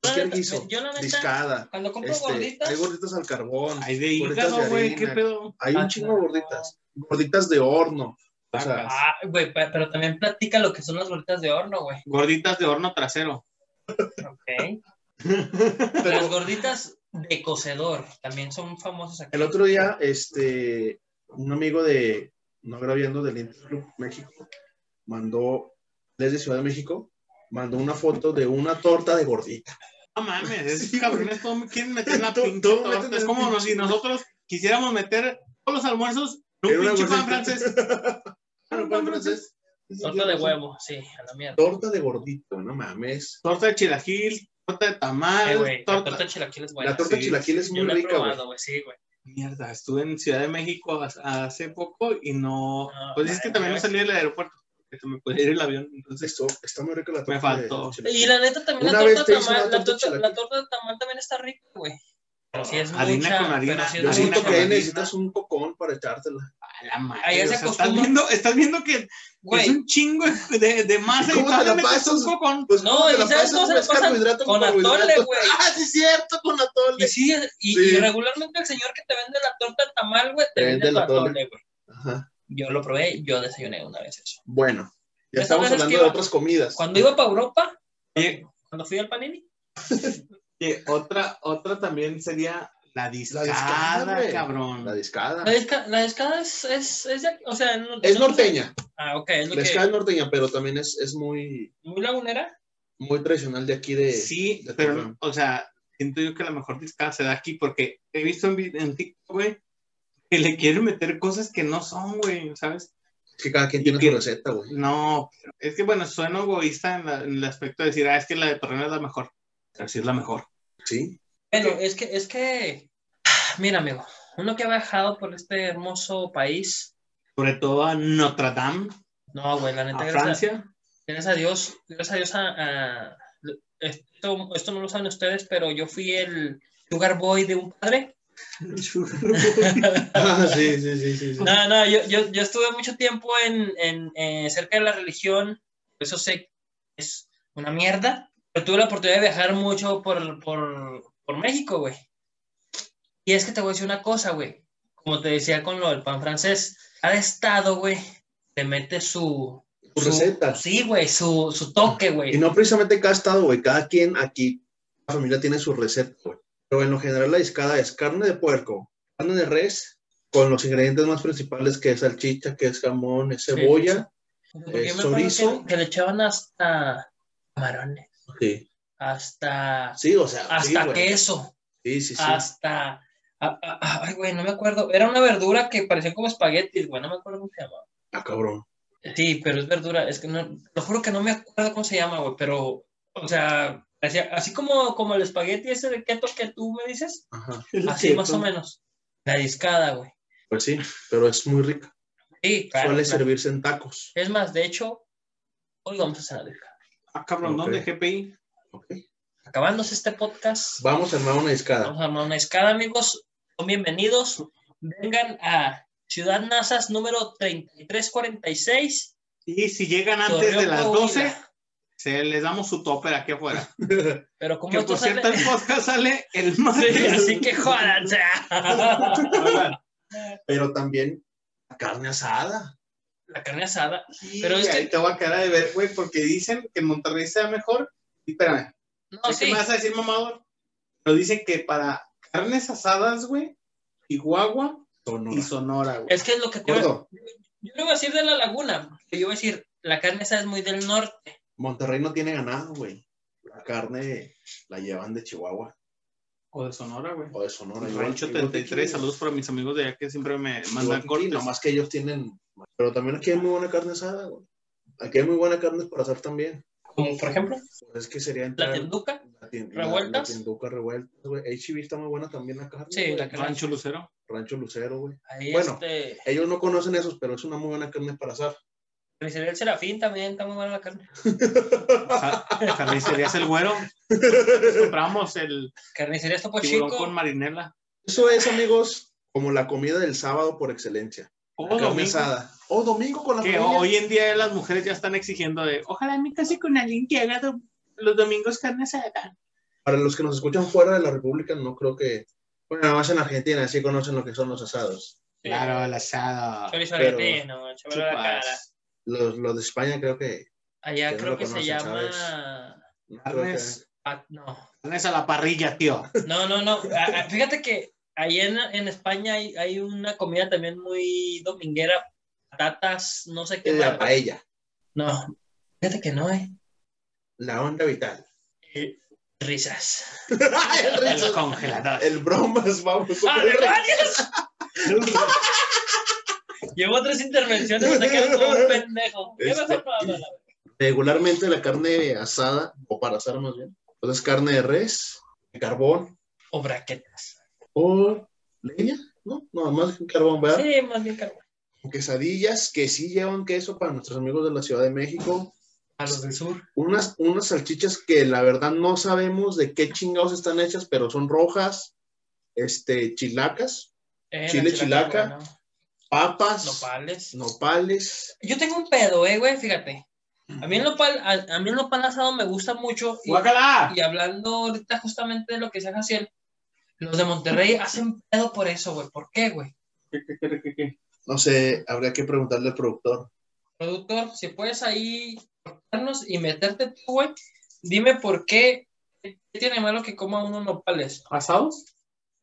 A: cualquier guiso,
C: Yo la neta,
A: discada.
C: cuando compro
A: Este,
C: gorditas,
A: hay gorditas al carbón.
B: hay de
A: Gorditas de
B: hígado, güey, qué
A: harina.
B: pedo.
A: Hay un
C: Ah,
A: chingo
C: no.
A: de gorditas. Gorditas de horno.
B: Tacas.
C: Ah, güey, pe- pero también platica lo que son las gorditas de horno, güey.
B: Gorditas de horno trasero.
C: Ok. Las
A: Pero
C: gorditas de cocedor también son famosas acá.
A: el otro día, este, un amigo de, no agraviando, del Inter Club México, mandó, desde Ciudad de México, mandó una foto de una torta de gordita.
B: No mames, esos
A: Sí,
B: cabrones todo me quieren meter la
A: Todo-
B: pinche
A: todo
B: torta.
A: meten
B: Es
A: en
B: como
A: pinche-
B: si nosotros quisiéramos meter todos los almuerzos en
A: Era
B: un
A: una
B: pinche pan
A: gordita.
B: francés.
A: Era un pan francés.
C: Torta de huevo, sí, a la mierda.
A: Torta de gordito, no mames.
B: Torta de chilajil, torta de tamal,
C: Eh, güey, la
B: torta...
C: torta de chilaquil es buena.
A: la torta de
B: sí,
A: chilaquil es
C: Yo
A: muy
C: la he
A: rica, güey.
C: probado, güey, sí, güey.
B: Mierda, estuve en Ciudad de México hace- hace poco y no...
C: No,
B: pues es que
C: madre,
B: también no
C: güey.
B: salí del aeropuerto, porque se me podía ir el avión, entonces...
A: Esto- está muy rica la torta.
B: Me faltó.
A: de chilaquil.
C: Y la neta también
A: Una
C: la
A: vez
C: torta,
A: te hice
C: tamal,
A: una
C: la,
A: torta
C: torta,
A: chilaquil.
C: la torta de tamal también está rica, güey. Pero sí es
B: Harina
C: mucha.
B: con harina.
C: pero sí
A: Yo
C: es
B: Una
A: siento
C: mucha
A: que ahí
C: harina.
A: necesitas un cocón para echártela.
B: A la madre,
C: Allá
B: o
C: se
B: sea, estás,
C: acostumbra-
B: viendo, estás viendo que es
C: Güey,
B: un chingo de, de masa
A: ¿Y
B: y
A: cómo te
B: todavía
A: la
B: metes
A: pasas?
B: un cocón.
A: Pues,
C: No,
A: ¿cómo te
C: ¿y
A: la
C: sabes
A: pasas?
C: cómo se
A: Pues,
C: la pasan?
A: carbohidrato
C: Con
A: carbohidrato.
C: atole, güey.
A: Ah, sí, es cierto, con
C: y
A: atole.
C: sí, y,
A: Sí.
C: y regularmente el señor que te vende la torta de tamal, güey, te
A: Te
C: vende
A: vende
C: la
A: la torta.
C: torta, güey.
A: Ajá.
C: Yo lo probé, yo desayuné una vez eso.
A: Bueno, ya
C: Esas
A: estamos
C: veces que
A: hablando de
C: iba-
A: otras comidas.
C: Cuando iba para Europa,
B: Oye,
C: cuando fui al Panini,
B: oye, otra, otra también sería la discada,
A: güey.
B: cabrón.
A: La discada.
C: la escada, la escada es, es, es de aquí, o sea, no-
A: Es
C: no-
A: norteña.
C: Ah, ok, es lo
A: La
C: que-
A: discada es norteña, pero también es, es muy,
C: muy lagunera.
A: muy tradicional de aquí de...
B: Sí,
A: de
B: pero,
A: Torreón.
B: o sea, siento yo que la mejor discada se da aquí porque he visto en, vi- en TikTok, güey, que le quieren meter cosas que no son, güey, ¿sabes?
A: Es que cada quien
B: ¿Y
A: tiene
B: qué?
A: su receta, güey.
B: No, pero es que, bueno, sueno egoísta en, la- en el aspecto de decir, ah, es que la de Torreón es la mejor. Pero sí es la mejor.
A: Sí.
C: Bueno, es que, es que, mira, amigo, uno que ha viajado por este hermoso país,
B: Sobre todo a Notre Dame,
C: no, güey, la
B: a
C: neta, gracias,
B: Francia.
C: Gracias a Dios, gracias a Dios a, a- esto, esto no lo saben ustedes, pero yo fui el sugar boy de un padre.
A: Ah, sí, sí, sí, sí. sí.
C: No, no, yo, yo, yo estuve mucho tiempo en, en, eh, cerca de la religión, por eso sé que es una mierda, pero tuve la oportunidad de viajar mucho por, por, por México, güey. Y es que te voy a decir una cosa, güey. Como te decía con lo del pan francés, cada estado, güey, te mete su...
A: Su receta.
C: Sí, güey, su, su toque, güey.
A: Y no precisamente cada estado, güey. Cada quien aquí, la familia tiene su receta, güey. Pero en lo general la discada es carne de puerco, carne de res, con los ingredientes más principales que es salchicha, que es jamón, es
C: Sí.
A: cebolla.
C: Porque
A: Eh,
C: yo me acuerdo
A: chorizo.
C: que, que le echaban hasta camarones,
A: Sí.
C: hasta,
A: Sí, o sea. sí,
C: hasta
A: güey.
C: queso,
A: Sí, sí, sí.
C: hasta... a- a- a- ay, güey, no me acuerdo. Era una verdura que parecía como espaguetis, güey, no me acuerdo cómo se llamaba.
A: Ah, cabrón.
C: Sí, pero es verdura, es que no, lo juro que no me acuerdo cómo se llama, güey, pero, o sea, parecía- así como, como el espagueti ese de keto que tú me dices,
A: Ajá.
C: así más o menos. La discada, güey.
A: Pues sí, pero es muy rica.
C: Sí, claro,
A: Suele
C: claro.
A: servirse en tacos.
C: Es más, de hecho, hoy vamos a hacer la discada.
B: Ah, cabrón,
A: Ok.
B: ¿dónde? GPI.
A: Ok.
C: Acabándose este podcast,
A: Vamos a armar una discada.
C: Vamos a armar una escala, amigos. Son bienvenidos. Vengan a Ciudad Nazas número 3346.
B: Y si llegan antes
C: Torreón,
B: de las
C: Coahuila.
B: 12, se les damos su topper aquí afuera.
C: Pero como
B: Que
C: esto
B: por cierto,
C: sale...
B: el podcast sale el
C: Sí,
B: martes.
C: así que jódanse.
A: Pero también carne asada.
C: La carne asada.
B: Sí,
C: Pero es
B: ahí
C: que-
B: te voy a quedar de ver, güey, porque dicen que en Monterrey sea mejor. Y espérame,
C: No,
B: sé que
C: sí.
B: me vas a decir mamador? Pero dicen que para carnes asadas, güey, Chihuahua y
A: Sonora.
B: Sonora, güey.
C: Es que es lo que te iba-
A: Gordo,
C: Yo no iba a decir de la laguna. pero Yo iba a decir, la carne asada es muy del norte.
A: Monterrey no tiene ganado, güey. La carne la llevan de Chihuahua
B: O de Sonora, güey.
A: o de Sonora. igual-
B: Pues Rancho
A: igual que
B: 33,
A: aquí,
B: saludos para mis amigos de allá que siempre me
A: igual
B: mandan
A: que
B: cortes.
A: aquí, nomás que ellos tienen. Pero también aquí hay muy buena carne asada, güey. Aquí hay muy buena carne para hacer también.
C: Como, por ejemplo,
A: Pues es que sería
C: la
A: entrar.
C: tenduca.
A: la tien- La, la
C: ¿Revueltas?
A: tienduca revueltas, güey. HB está muy buena también la carne.
C: Sí,
A: güey.
C: la carne.
B: Rancho Lucero.
A: Rancho Lucero, güey.
C: Ahí
A: Bueno.
C: este...
A: Ellos no conocen esos, pero es una muy buena carne para asar.
C: Carnicería El Serafín también está muy buena la carne.
B: Ja- Carnicerías el güero. Compramos el
C: Carnicería Topo
B: tiburón
C: Chico.
B: con marinela.
A: Eso es, amigos, como la comida del sábado por excelencia.
B: Oh,
A: La carne
B: domingo.
A: asada. O domingo con la
B: que
A: familia.
B: hoy en día las mujeres ya están exigiendo de ojalá me case con alguien que haga do- los domingos carne asada.
A: Para los que nos escuchan fuera de la República, no creo que. Bueno, nada más en Argentina sí conocen lo que son los asados.
B: Claro, el asado.
C: Chorizoretino, chupalo la
B: Chupas.
C: cara.
A: Los, los de España creo que.
C: Allá
A: Que no
C: creo
A: lo
C: que se
A: conocen,
C: llama.
A: ¿sabes? creo que-
B: Carnes,
C: Ah, no.
B: carnes a la parrilla, tío.
C: No, no, no. Ah, ah, Fíjate que ahí en, en España hay, hay una comida también muy dominguera. Patatas, no sé qué.
A: La
C: pata-
A: paella,
C: No. Fíjate que no, eh.
A: la onda vital.
C: Eh, Risas.
A: el,
B: El
A: Rizzo-
B: congelador.
A: el bromas, vamos.
C: ¡Ah, demonios! Llevo tres intervenciones, me quedo como un pendejo. ¿Qué
A: Este-
C: pasó, Pablo?
A: Regularmente la carne asada, o para asar más bien, pues es carne de res, de carbón
C: O braquetas.
A: o leña, ¿no? No, más que carbón, ¿verdad?
C: Sí, más bien carbón.
A: Quesadillas que sí llevan queso para nuestros amigos de la Ciudad de México.
C: A los del sur.
A: Unas, unas salchichas que la verdad no sabemos de qué chingados están hechas, pero son rojas. Este, chilacas,
C: Eh,
A: Chile,
C: la
A: chilaca.
C: bueno,
A: papas,
C: Nopales.
A: nopales.
C: Yo tengo un pedo, eh, güey, fíjate. A mí el nopal, a, a mí el nopal asado me gusta mucho. Y,
B: ¡Guácala!
C: y hablando ahorita justamente de lo que se Jaciel, los de Monterrey hacen pedo por eso, güey. ¿Por qué, güey?
A: No sé, habría que preguntarle al productor.
C: Productor, si puedes ahí cortarnos y meterte tú, güey, dime por qué. ¿Qué tiene malo que coma uno nopales?
B: ¿Asados?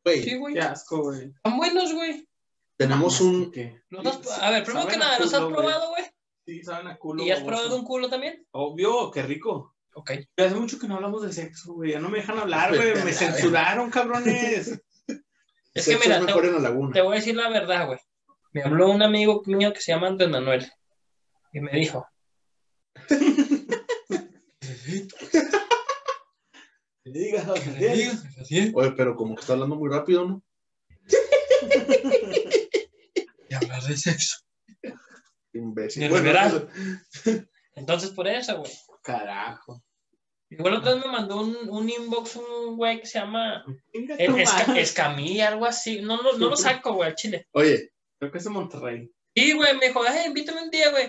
A: Güey,
C: Sí, güey.
B: Qué asco, güey.
C: Están buenos, güey.
A: tenemos un,
B: ¿Qué?
C: Los has- a ver, primero que
B: Saben a
C: nada, ¿los has
B: culo, güey.
C: probado, güey?
B: Sí, saben a culo.
C: ¿Y has
B: baboso.
C: probado un culo también?
B: Obvio, qué rico.
C: Ok.
B: Pero hace mucho que no hablamos de sexo, güey. Ya no me dejan hablar,
A: Vete
B: güey.
A: a
B: Me
A: la
B: censuraron, cabrones.
C: Es
A: sexo
C: que mira,
A: es
C: te-
A: mejor en la laguna.
C: Te voy a decir la verdad, güey. Me habló un amigo mío que se llama Andrés Manuel y me dijo.
B: Diga,
A: Oye, pero como que está hablando muy rápido, ¿no?
C: Y hablar de sexo.
A: Imbécil.
C: Ni
A: Bueno,
C: liberal. Entonces, por eso, güey.
B: Carajo.
C: Igual otra vez me mandó un, un inbox un güey que se llama
B: Venga,
C: Eh, Es-
B: tu
C: Esca-
B: madre.
C: Escamilla, algo así. No, no, no lo saco, güey, al chile.
A: Oye,
B: Creo que es de Monterrey.
C: Y, güey, me dijo, ay, invítame un día, güey.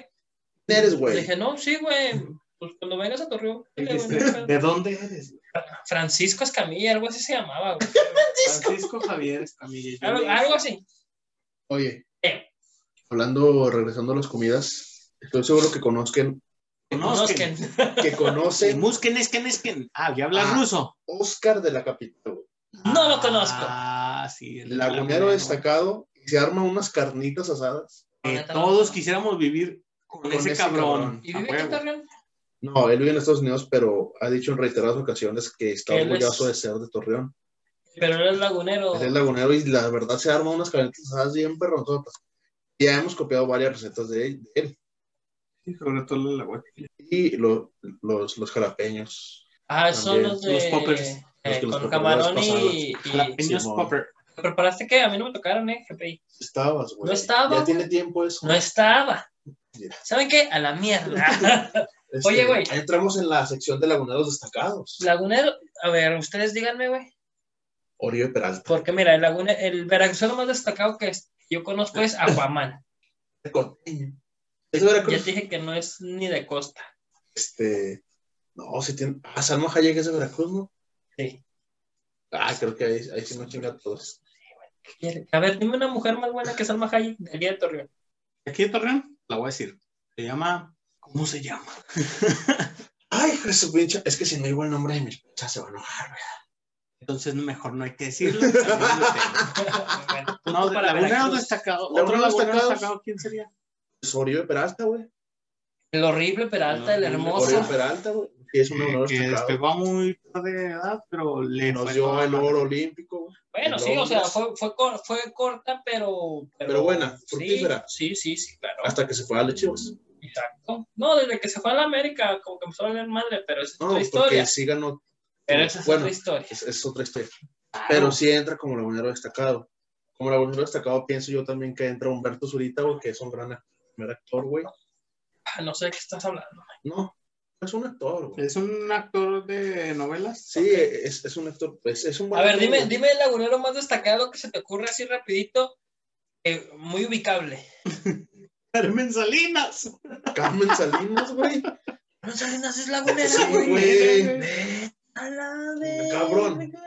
A: ¿quién eres,
C: Le
A: güey?
C: dije, no, sí, güey. Pues cuando vengas a Torreón. dile, güey, no
B: Dijiste,
C: hay pedo".
B: Este, ¿De dónde eres? güey?
C: Francisco Escamilla, algo así se llamaba, güey.
B: Francisco Javier Escamilla. Yo
C: Algo,
B: le-
C: algo así.
A: Oye.
C: Eh.
A: Hablando, regresando a las comidas, estoy seguro que conozcan,
B: Conozquen.
C: Conozquen.
A: que conocen
B: Musquen, esquen, esquen. Ah, ya hablas
A: Ah.
B: ruso.
A: Oscar de la Capital, güey.
C: No lo conozco.
B: Ah, sí. el
A: lagunero destacado, y se arma unas carnitas asadas.
B: Eh, todos quisiéramos vivir con,
A: Con
B: ese,
A: ese
B: cabrón.
A: cabrón.
C: ¿Y
B: A
C: vive aquí en
B: huevo.
C: Torreón?
A: No, él vive en Estados Unidos, pero ha dicho en reiteradas ocasiones que está
C: Él es-
A: orgulloso de ser de Torreón.
C: Pero él es lagunero.
A: Él es lagunero y la verdad se arma unas carnitas asadas bien perronzotas. Ya hemos copiado varias recetas de él. de él.
B: Sí, sobre todo la hueca.
A: Y lo- los, los jalapeños.
C: Ah, son
A: También.
C: los de.
B: Los poppers.
C: eh,
A: Los que los
C: con
A: poppers
C: camarón
A: pasados.
C: y. y-
B: Jalapeños
A: Simón.
B: popper.
C: ¿Preparaste qué? A mí no me tocaron, ¿eh, GPI?
A: Estabas, güey.
C: No estaba,
A: Ya tiene tiempo eso.
C: No estaba.
A: Ya.
C: ¿Saben qué? A la mierda.
A: Este,
C: Oye, güey.
A: ahí Entramos en la sección de laguneros destacados.
C: Lagunero. A ver, ustedes díganme, güey.
A: Oribe Peralta.
C: Porque mira, el, lagune, el veracruzano más destacado que es- yo conozco es Aquaman.
A: Corteño. Eso era
C: ya
A: Cruz.
C: te dije que no es ni de costa.
A: Este. No, si tiene. Ah, Salmo Hayek es de Veracruz, ¿no?
C: Sí.
A: Ah, creo que ahí, ahí sí nos chinga a todos.
C: A ver, dime una mujer más buena que Salma Hayek de allá de Torreón.
B: Aquí de Torreón, la voy a decir. Se llama. ¿Cómo se llama?
A: Ay, Jesús, pinche. Es que si no digo el nombre de mi esposa se va a enojar, güey.
B: Entonces mejor no hay que decirlo. también lo
C: Bueno,
B: tengo. No, de
C: para
B: lagunero
C: Veracruz.
B: destacado.
A: Lagunero
B: Otro lagunero
A: destacado.
B: destacado, ¿quién sería?
A: Es Oribe Peralta, güey.
C: El horrible Peralta, el hermoso.
A: Oribe Peralta, güey. Sí, es un lagunero
B: que este
A: destacado.
B: despegó a muy tarde de edad, pero le
A: Nos
B: fue
A: dio
B: toda
A: el
B: la-
A: oro olímpico, güey.
C: Bueno,
A: En
C: sí, o sea,
A: Londres.
C: fue, fue, cor- fue corta, pero, pero.
A: Pero buena, fructífera.
C: Sí, sí, sí, sí, claro.
A: Hasta que se fue a las Chivas.
C: Exacto. No, desde que se fue a la América, como que empezó a valer madre, pero esa es
A: No,
C: otra
A: porque
C: historia.
A: sí ganó.
C: Pero esa es
A: bueno,
C: otra historia.
A: es, es otra historia. Pero sí entra como lagunero destacado. Como lagunero destacado pienso yo también que entra Humberto Zurita, güey, que es un gran act- primer actor, güey.
C: Ah, No sé de qué estás hablando.
A: No, es un actor, güey.
B: ¿Es un actor de novelas?
A: Sí, es, es un actor, pues, es, es un buen
C: A ver,
A: actor,
C: dime,
A: güey.
C: dime el lagunero más destacado que se te ocurre así rapidito, eh, muy ubicable.
B: Carmen Salinas.
A: Carmen Salinas, güey.
C: No Salinas es lagunero,
A: Sí,
C: güey.
A: Pues güey.
C: A la
A: Cabrón.
C: verga.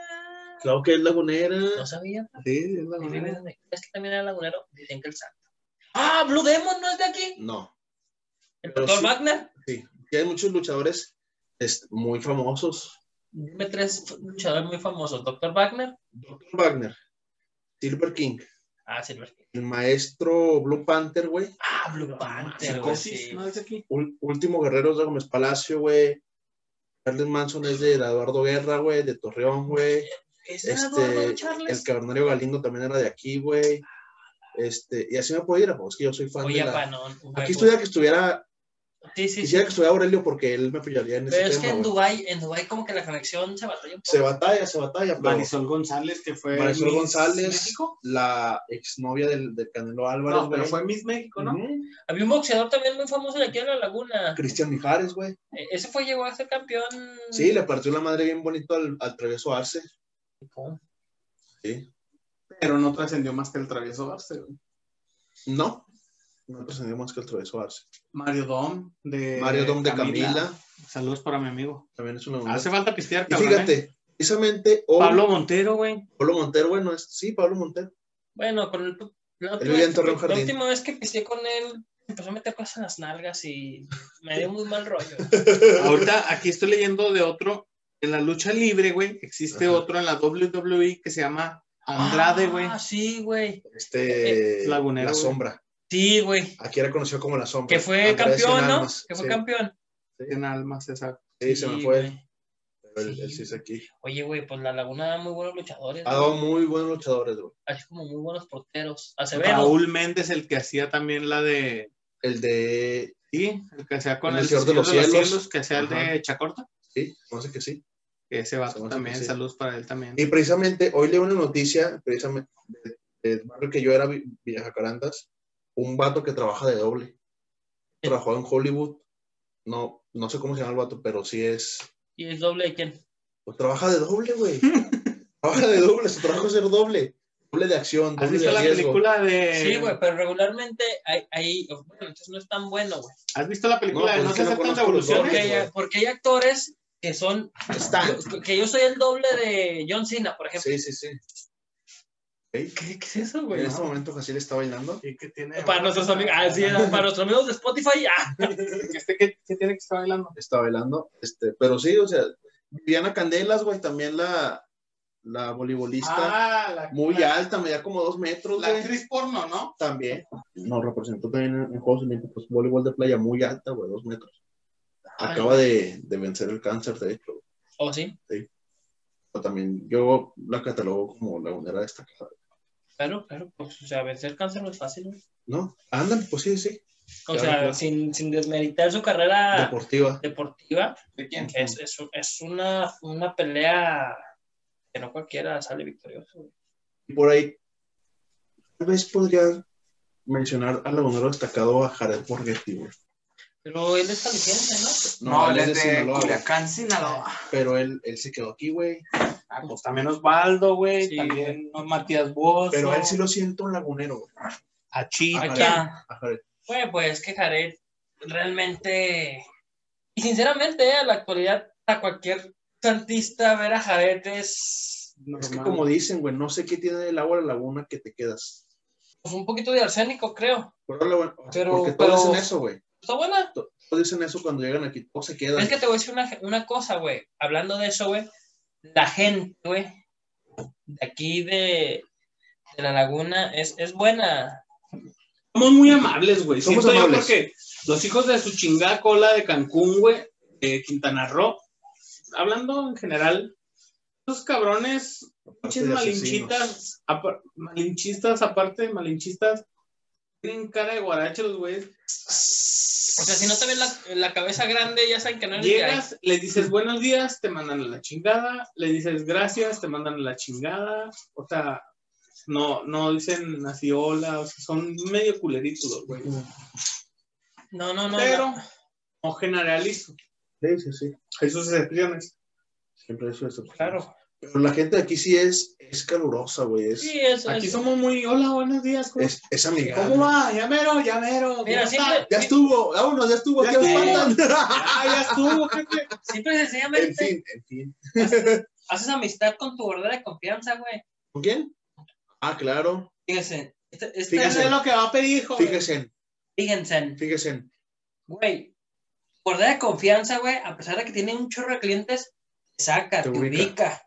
A: Creo que es lagunera.
C: No sabía.
B: Sí, es la
C: Es
B: moneda.
C: que también era lagunero. Dicen que el santo. Ah, Blue Demon no es de aquí.
A: No.
C: El
A: Pero
C: doctor
A: sí.
C: Magna.
A: Sí. Y hay muchos luchadores este, muy famosos.
C: Dime tres f- luchadores muy famosos. Doctor Wagner.
A: Dr. Wagner, Silver King,
C: Ah, Silver. King.
A: el maestro Blue Panther, güey.
C: Ah, Blue Panther. güey,
B: Psicosis,
C: sí.
B: ¿no es de aquí?
A: Ul- Último Guerrero es de Gómez Palacio, güey. Charles Manson es de Eduardo Guerra, güey, de Torreón, güey.
C: ¿Es de Eduardo
A: Este, el
C: Charles?
A: cavernario Galindo también era de aquí, güey. Este, y así me puedo ir, pues, es que yo soy fan
C: Oye,
A: de la...
C: pa, no. güey,
A: Aquí estuviera que estuviera,
C: Sí, sí, sí.
A: quisiera que estuviera Aurelio porque él me apoyaría en ese
C: Pero es que
A: tema,
C: en
A: güey.
C: Dubai, en Dubai como que la conexión se batalla un poco.
A: Se batalla, se batalla, pero
B: Marisol González, que fue.
A: Marisol
B: Miss
A: González.
B: México.
A: la exnovia del, del Canelo Álvarez,
B: No, pero
A: güey.
B: fue Miss México, ¿no?
A: Ujú.
C: Había un boxeador también muy famoso de aquí en la laguna.
A: Cristian Mijares, güey.
C: E- Ese fue, llegó a ser campeón.
A: Sí, le partió la madre bien bonito al, al travieso Arce. Sí.
B: Pero no trascendió más que el travieso Barce. güey.
A: No, no trascendió más que el travieso Arce.
B: Mario Dom
C: Eh,
B: de.
A: Mario Dom de Camila,
B: Saludos para mi amigo.
A: también es una
B: Hace falta pistear,
A: Y
B: cabrón. ¿eh?
A: fíjate, precisamente hoy,
B: Pablo
A: Pablo,
B: Montero, güey.
A: Montero, bueno, es, sí, Pablo Montero.
C: Bueno, con el, la,
A: Él vivía en Torreón
C: la
A: Jardín.
C: última vez que pisé con él, empezó a meter cosas en las nalgas y me dio muy mal rollo.
B: Ahorita aquí estoy leyendo de otro. En la lucha libre, güey, existe
A: Ajá.
B: otro en la WWE que se llama Andrade, güey.
C: Ah, sí, güey. Eh,
A: Este,
B: Es lagunero,
A: La
B: güey.
A: Sombra.
C: Sí, güey.
A: Aquí era conocido como La Sombra.
C: Que fue
A: Andrea
C: campeón,
A: Cien
C: ¿no?
A: Almas.
C: Que fue
A: sí,
C: campeón.
B: En almas, exacto.
A: sí, se me fue.
C: güey.
A: Pero él, él sí
C: Sí.
A: es aquí.
C: Oye, güey, pues la Laguna da muy buenos luchadores.
A: Ha dado
C: güey.
A: muy buenos luchadores, güey.
C: Así como muy buenos porteros. Acevedo.
B: Raúl Méndez, el que hacía también la de.
A: El de.
B: Sí, el que hacía con
A: El
B: el,
A: Señor de los Cielos.
B: que hacía el
A: Ajá.
B: de Chacorta.
A: Sí, no sé qué sí.
B: Ese
A: Se me
B: vato
A: hace
B: también,
A: que sí.
B: saludos para él también.
A: Y precisamente hoy leí una noticia, precisamente, del barrio que yo era, Vi- Villajacarandas, un vato que trabaja de doble. Trabajó en Hollywood. No, no sé cómo se llama el vato, pero sí es.
C: ¿Y el doble de quién?
A: Pues trabaja de doble, güey. trabaja de doble, su trabajo es ser doble. Doble de acción,
B: ¿Has
A: doble
B: visto
A: de
B: la
A: riesgo.
B: película de.
C: Sí, güey, pero regularmente ahí, ahí bueno, entonces no es tan bueno, güey.
B: ¿Has visto la película
A: No, pues
B: de No
A: es
B: se
A: que no
B: aceptan
A: conozco los
B: revoluciones?
C: Porque,
A: dobles, güey.
C: hay- porque hay actores que son,
A: Está.
C: que yo soy el doble de John Cena, por ejemplo.
A: Sí, sí, sí. Ey,
C: ¿Qué, qué es eso, güey?
A: En este momento Casi le está bailando.
B: ¿Y qué tiene?
C: Para nuestros amigos, ah, sí, para nuestros amigos de Spotify, ah,
B: ¿Este qué, qué tiene que estar bailando?
A: Está bailando. Este, pero sí, o sea, Viviana Candelas, güey, también la, la voleibolista.
B: Ah, la,
A: muy
B: la,
A: alta, medía como dos metros,
B: la
A: güey.
B: actriz porno, ¿no?
A: También. Nos representó también en, en Juegos Olímpicos. pues, Voleibol de playa muy alta, güey, dos metros. Acaba de, de vencer el cáncer, de hecho.
C: ¿O Oh, sí?
A: Pero también yo la catalogo como la bandera destacada,
C: Claro, claro, pues, o sea, vencer cáncer no es fácil, güey.
A: ¿no? Ándale, pues sí, sí.
C: O
A: Claro,
C: sea,
A: claro.
C: Sin, sin desmeritar su carrera
A: Deportiva.
C: deportiva,
B: ¿De quién?
C: es, es, es una, una pelea que no cualquiera sale victorioso. güey.
A: Y por ahí, tal vez podría mencionar al bandera destacado a Jared Borghetti, güey.
C: Pero él es caliente, ¿no?
A: él es de Sinaloa, güey.
B: Sinaloa.
A: Pero él, él se quedó aquí, güey.
B: Ah, pues también Osvaldo, güey.
C: Sí,
B: también Matías Bozo.
A: Pero él sí lo siento un lagunero, güey.
B: A Chita.
A: Ajá.
C: ¿A quién?
A: A Jared.
C: Güey, pues que Jared realmente. Y sinceramente, eh, a la actualidad, a cualquier artista ver a Jared es
A: Es que como dicen, güey, no sé qué tiene el agua a la laguna que te quedas.
C: pues, un poquito de arsénico, creo.
A: Pero, la- o sea,
C: Pero-
A: porque todos
C: pero-
A: dicen eso, güey.
C: Está buena.
A: Todos dicen eso cuando llegan aquí, todos se quedan.
C: Es que te voy a decir una, una cosa, güey. Hablando de eso, güey. La gente, güey, de aquí de, de la laguna es, es buena.
B: Somos muy amables, güey.
A: Somos
B: Siento yo
A: amables.
B: porque los hijos de su chingada cola de Cancún, güey, de Quintana Roo, hablando en general, esos cabrones,
A: Aparte
B: pinches
A: de
B: malinchitas, apar- malinchistas, aparte de malinchistas, tienen cara de guarache los güeyes.
C: O sea, si no te ven la, la cabeza grande, ya saben que no eres de ahí.
B: Llegas, les dices buenos días, te mandan a la chingada, le dices gracias, te mandan a la chingada, o sea, no, no dicen así hola, o sea, son medio culeritos los güeyes.
C: No, no, no.
B: pero
C: no.
B: no generalizo.
A: Sí, sí, sí.
B: Hay sus excepciones.
A: Siempre eso es
C: Claro.
A: Pero la gente de aquí sí es, es calurosa, güey. Es,
C: Sí, eso
B: Aquí
C: es.
B: somos muy, hola, buenos días, ¿cómo,
A: es, es amigable.
B: ¿cómo va? Llamero, llamero.
C: Mira,
B: ¿cómo
C: siempre-
B: está?
A: Ya estuvo, vámonos, ya estuvo,
B: Ya
A: aquí
B: estuvo.
A: espantan.
B: Ah, ya estuvo, jefe.
C: Siempre
A: en
C: sencillamente.
A: fin, en fin.
C: haces amistad con tu gordera de confianza, güey.
A: ¿Con quién? Ah, claro.
C: Fíjense. Este, este-
A: Fíjense.
B: Eso es lo que va a pedir, hijo.
A: Fíjense,
C: fíjense.
A: fíjense.
C: Güey, gordera de confianza, güey, a pesar de que tiene un chorro de clientes, te saca,
A: Te
C: te,
A: ubica.
C: ubica.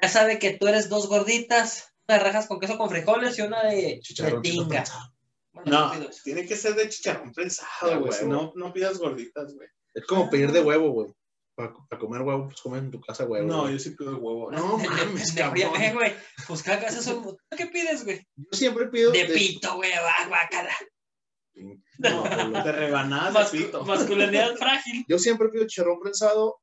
C: Ya sabe que tú eres dos gorditas, unas rajas con queso con frijoles y una de, de
A: Chicharroncito
C: tinga.
A: prensado.
C: Bueno,
B: No,
C: rápidos.
B: tiene que ser de chicharrón prensado,
A: Ah, huevo.
B: güey. Si no, no pidas gorditas, güey.
A: Es como pedir de huevo, güey. Para, comer huevo, pues comen en tu casa huevo.
B: No,
A: güey.
B: yo sí pido huevo.
A: no
B: No,
A: mames,
C: De fría,
A: cabrón.
C: eh, güey. Pues cada casa son. ¿Tú ¿Qué pides, güey?
A: Yo siempre pido
C: De pito, güey, va, guácala.
A: No, boludo.
B: de rebanadas de
C: Mascu-
B: pito.
C: masculinidad frágil.
A: Yo siempre pido chicharrón prensado,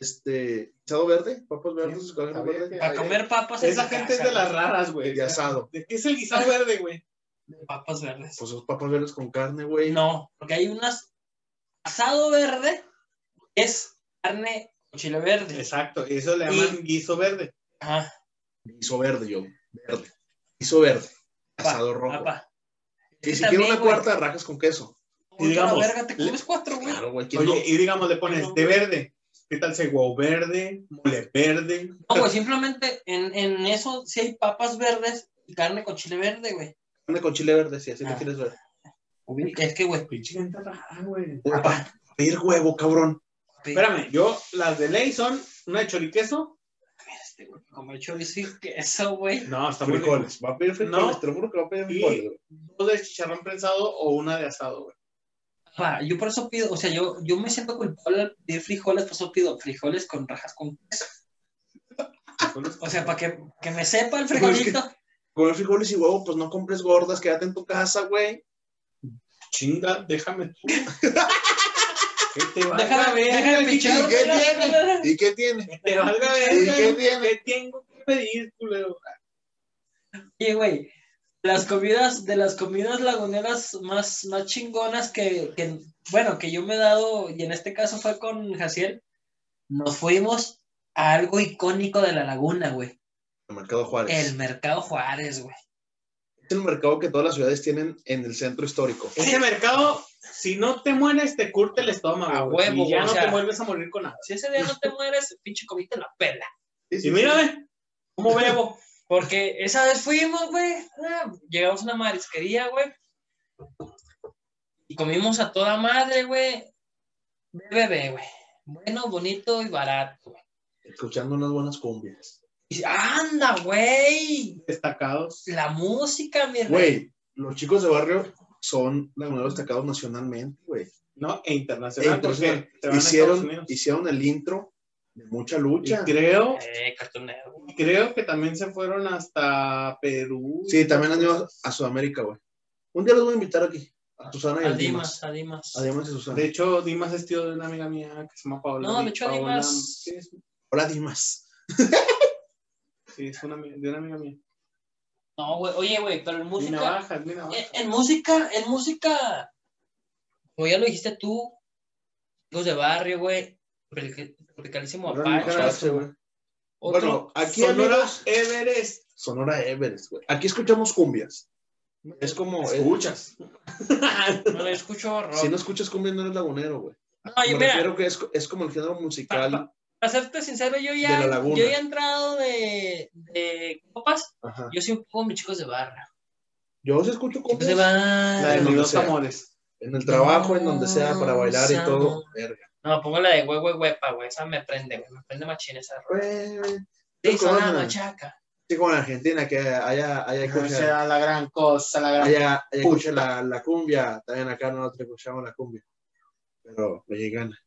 A: este, guisado verde, papas verdes, carne
B: sabía
A: verde,
B: que-
C: Para comer papas en
B: Esa
C: su
B: gente es
C: casa,
B: de las raras, güey.
A: y asado.
B: ¿De qué es el guisado verde, güey?
C: güey, de Papas verdes.
A: Pues esos papas verdes con carne, güey.
C: No, porque hay unas. Asado verde es carne con chile verde.
B: Exacto, eso le llaman guiso verde.
C: Ajá.
A: Guiso verde, yo. Verde. Guiso verde.
C: pa,
A: Asado rojo.
C: apa.
A: Ni
C: Es que
A: siquiera
C: también,
A: una
C: güey,
A: cuarta rajas con queso.
C: Oye,
B: digamos,
C: la verga, te
B: le-
C: comes cuatro, güey.
A: Claro, güey. ¿quién
B: Oye,
A: no?
B: y digamos, le pones
C: No.
B: de verde. ¿Qué tal ese huevo verde, mole verde?
C: No, güey, simplemente en, en eso sí hay papas verdes y carne con chile verde, güey.
A: Carne con chile verde, sí, así que
C: Ah.
A: quieres ver.
C: Es que, güey,
B: Pinche gente rara, güey.
A: Güey, pa, pedir huevo, cabrón.
B: Espérame, yo, las de ley son una de choriqueso.
C: este, güey, comer chorizo y queso, güey.
B: No, está muy cool.
A: Frijoles. Va a pedir frijoles,
B: No.
A: te lo juro que va a pedir
B: Y-
A: frijoles, güey.
B: Dos de chicharrón prensado o una de asado, güey.
C: Pa, yo por eso pido, o sea, yo, yo me siento culpable al pedir frijoles, por eso pido frijoles con rajas con queso. O sea, para que, que me sepa
A: Güey,
C: el
A: es que-
C: frijolito.
A: comer frijoles y huevo, pues no compres gordas, quédate en tu casa, güey.
B: Chinga, déjame tú. que te valga,
C: Déjame ver, déjame
B: verga,
C: pichar.
A: ¿qué ¿Y qué tiene?
B: Que te valga
A: ¿Y
B: verga.
A: qué tiene?
B: ¿Qué tengo que pedir, culero?
C: Oye, güey, las comidas, de las comidas laguneras más, más chingonas que, que, bueno, que yo me he dado, y en este caso fue con Jaciel, nos fuimos a algo icónico de la laguna, güey.
A: El mercado Juárez.
C: El Mercado Juárez, güey.
A: Es el mercado que todas las ciudades tienen en el centro histórico.
B: Ese Este mercado, si no te mueres, te curte el estómago.
C: A
B: güey,
C: huevo,
B: Y ya
C: o
B: no
C: sea.
B: te vuelves a morir con nada.
C: Si ese día no te mueres, pinche comiste la pela.
B: Y mírame, cómo bebo.
C: Porque esa vez fuimos, güey. ah, llegamos a una marisquería, güey. Y comimos a toda madre, güey. Bebé, güey. Bueno, bonito y barato, güey.
A: Escuchando unas buenas cumbias.
C: Y, anda, güey.
B: destacados.
C: La música, mi rey.
A: Güey, los chicos de barrio son laguneros destacados nacionalmente, güey.
B: ¿no? E internacional,
A: E internacional.
B: porque se van a Estados
A: Hicieron,
B: Unidos.
A: hicieron el intro de mucha
B: Y
A: lucha.
B: creo,
C: Eh, cartonero, güey.
B: creo que también se fueron hasta Perú.
A: Sí, también han ido a Sudamérica, güey. Un día los voy a invitar aquí. A Susana y a
C: A
A: Dimas.
C: Dimas, a Dimas.
A: A Dimas y Susana.
B: De hecho, Dimas es tío de una amiga mía que se llama Paola.
C: No,
B: Y
C: de hecho,
B: Paola-
C: Dimas-
B: Sí, es,
A: Hola, Dimas.
B: sí, es una, ami- de una amiga mía.
C: No, güey. Oye, güey, pero en
B: Mi
C: música. Eh,
B: navaja, es mi navaja.
C: En, en música, en música. Como ya lo dijiste tú, los de barrio, güey. tropical- Tropicalísimo
A: Hola,
C: Apache.
A: Nicaragua, güey.
C: Otro-
A: Bueno, aquí
B: Sonora
A: amigos,
B: Everest.
A: Sonora Everest, güey. Aquí escuchamos cumbias. Es como.
B: Escuchas.
C: No le escucho rock.
A: Si no escuchas cumbias, no eres lagunero, güey.
C: no,
A: Me
C: yo, mira,
A: refiero que es, es como el género musical.
C: Pa- para serte sincero, yo
A: De la
C: ya,
A: laguna.
C: yo ya he entrado de, de copas.
A: Ajá.
C: Yo siempre pongo mis chicos de barra.
A: Yo sí escucho
C: Chicos de
A: cumbias
B: La de
A: En
B: los
A: donde
C: barra.
B: dos
A: sea.
B: amores.
A: en el trabajo, en donde sea, para bailar y
C: No,
A: todo. Verga.
C: No, pongo la de güey, güey, huepa, güey. Esa me prende, güey. Me prende machín esa rola.
A: Güey, güey.
C: Sí,
A: con
C: suena
A: una-
C: machaca.
A: Sí, como en Argentina, que haya, haya,
B: O
A: escucha,
B: sea, la gran cosa, la gran
A: haya, haya escucha la, la cumbia. También acá nosotros escuchamos la cumbia. Pero mexicana.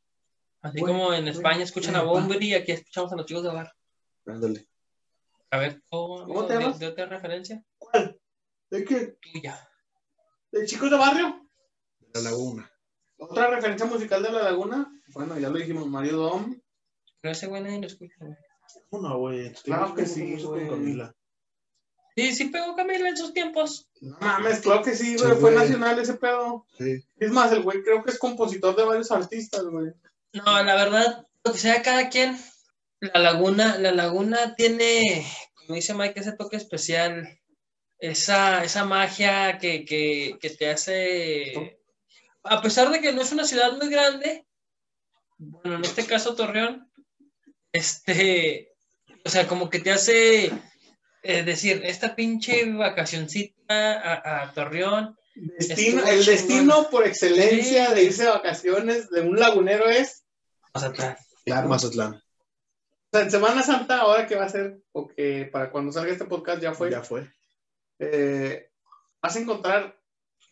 C: Así
B: Güey,
C: como en
B: güey,
C: España escuchan a
B: huepa.
C: Bomber y aquí escuchamos a los chicos de barra.
A: Ándale.
C: A ver, ¿cómo,
B: ¿Cómo te
C: de-
B: llamas?
C: de otra referencia?
A: ¿De qué?
C: Tuya.
B: ¿De chicos de barrio?
A: De la laguna.
B: Otra referencia musical de La Laguna. Bueno, ya lo dijimos, Mario Dom.
C: Pero ese güey nadie lo escucha, güey.
A: Una, güey.
B: Claro que sí,
A: Estuvimos con
B: güey.
A: Camila.
C: Sí, sí pegó Camila en sus tiempos.
B: No mames, claro que sí, güey.
A: Sí,
B: fue
A: güey.
B: nacional ese pedo.
A: Sí.
B: Es más, el güey creo que es compositor de varios artistas, güey.
C: No, la verdad, lo que sea cada quien, la laguna, la laguna tiene, como dice Mike, ese toque especial, esa, esa magia que, que, que te hace, a pesar de que no es una ciudad muy grande, bueno, en este caso Torreón, este, o sea, como que te hace eh, decir, esta pinche vacacioncita a, a Torreón,
B: Destino-
C: Estuvo
B: el
C: chingón.
B: destino por excelencia
C: Sí.
B: de irse de vacaciones de un lagunero es.
C: Mazatlán.
A: Claro, Mazatlán.
B: O sea, en Semana Santa, ahora que va a ser, o que para cuando salga este podcast ya fue,
A: Ya fue.
B: eh, vas a encontrar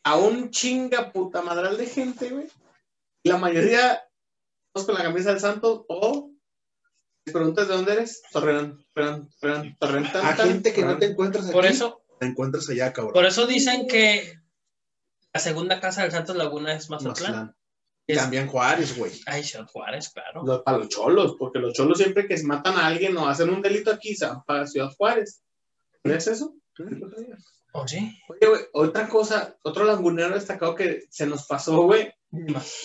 B: a un chinga puta madral de gente, güey. La mayoría, todos con la camisa del Santos, o si preguntas de dónde eres, Torreón, Torreón, Torreón, Torreón. tan,
A: A
B: tan,
A: gente que no
B: Torreón.
A: te encuentras aquí,
C: Por eso,
A: te encuentras allá, cabrón.
C: por eso dicen que la segunda casa del Santos Laguna es Mazatlán.
A: Mazatlán. Y También Juárez, güey.
C: Ay, Ciudad Juárez, claro.
B: Los- para los cholos, porque los cholos siempre que matan a alguien o hacen un delito aquí, se van para Ciudad Juárez. ¿No es eso?
C: ¿O Oh, sí?
B: Oye, güey, otra cosa, otro lagunero destacado que se nos pasó, güey,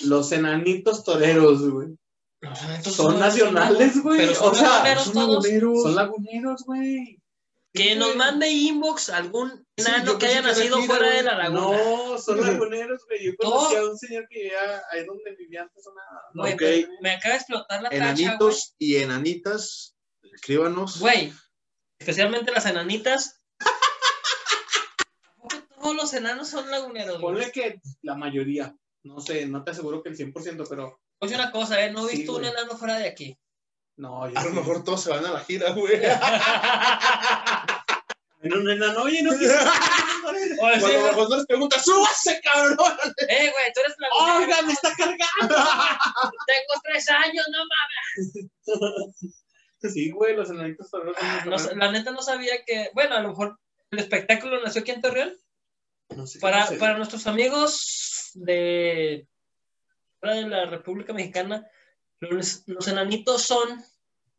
B: los enanitos toreros, güey.
C: No, entonces,
B: Son
C: no,
B: nacionales, güey.
C: Pero son
B: O sea,
C: nacionales
A: Son
C: todos.
A: laguneros.
B: Son laguneros, güey.
C: Que nos mande inbox algún
A: Sí,
C: enano
A: yo
C: que
A: pensé
C: haya
A: que era
C: nacido
A: gira,
C: fuera de
A: güey.
C: la laguna.
B: No, son laguneros, güey. Yo conocí a un señor que vivía ahí donde vivía antes una...
C: Güey,
A: ok.
C: me- me, acaba de explotar la tacha, güey.
A: Enanitos y enanitas, escríbanos.
C: Güey, especialmente las enanitas. ¿A poco Todos los enanos son laguneros. güey?
B: Ponle que la mayoría, no sé, no te aseguro que el 100%, pero
C: Oye, una cosa, ¿eh? No he
B: Sí,
C: visto un
B: güey.
C: enano fuera de aquí. Eh,
B: no. yo
A: A lo
B: sí.
A: mejor todos se van a la gira, güey.
B: En un enano, oye, no
C: Oye, sí,
A: Cuando José les pregunta, ¡súbase, cabrón!
C: eh, güey, tú eres
B: Ah,
C: lagunero.
B: ¡Oiga, me está cargando!
C: Tengo tres años, no mames.
B: Sí, güey, los enanitos toreros son los
C: No sé, la neta no sabía que. Bueno, a lo mejor el espectáculo nació aquí en Torreón.
B: No sé
C: Para,
B: cómo se-
C: para nuestros amigos de, fuera de la República Mexicana, los, los enanitos son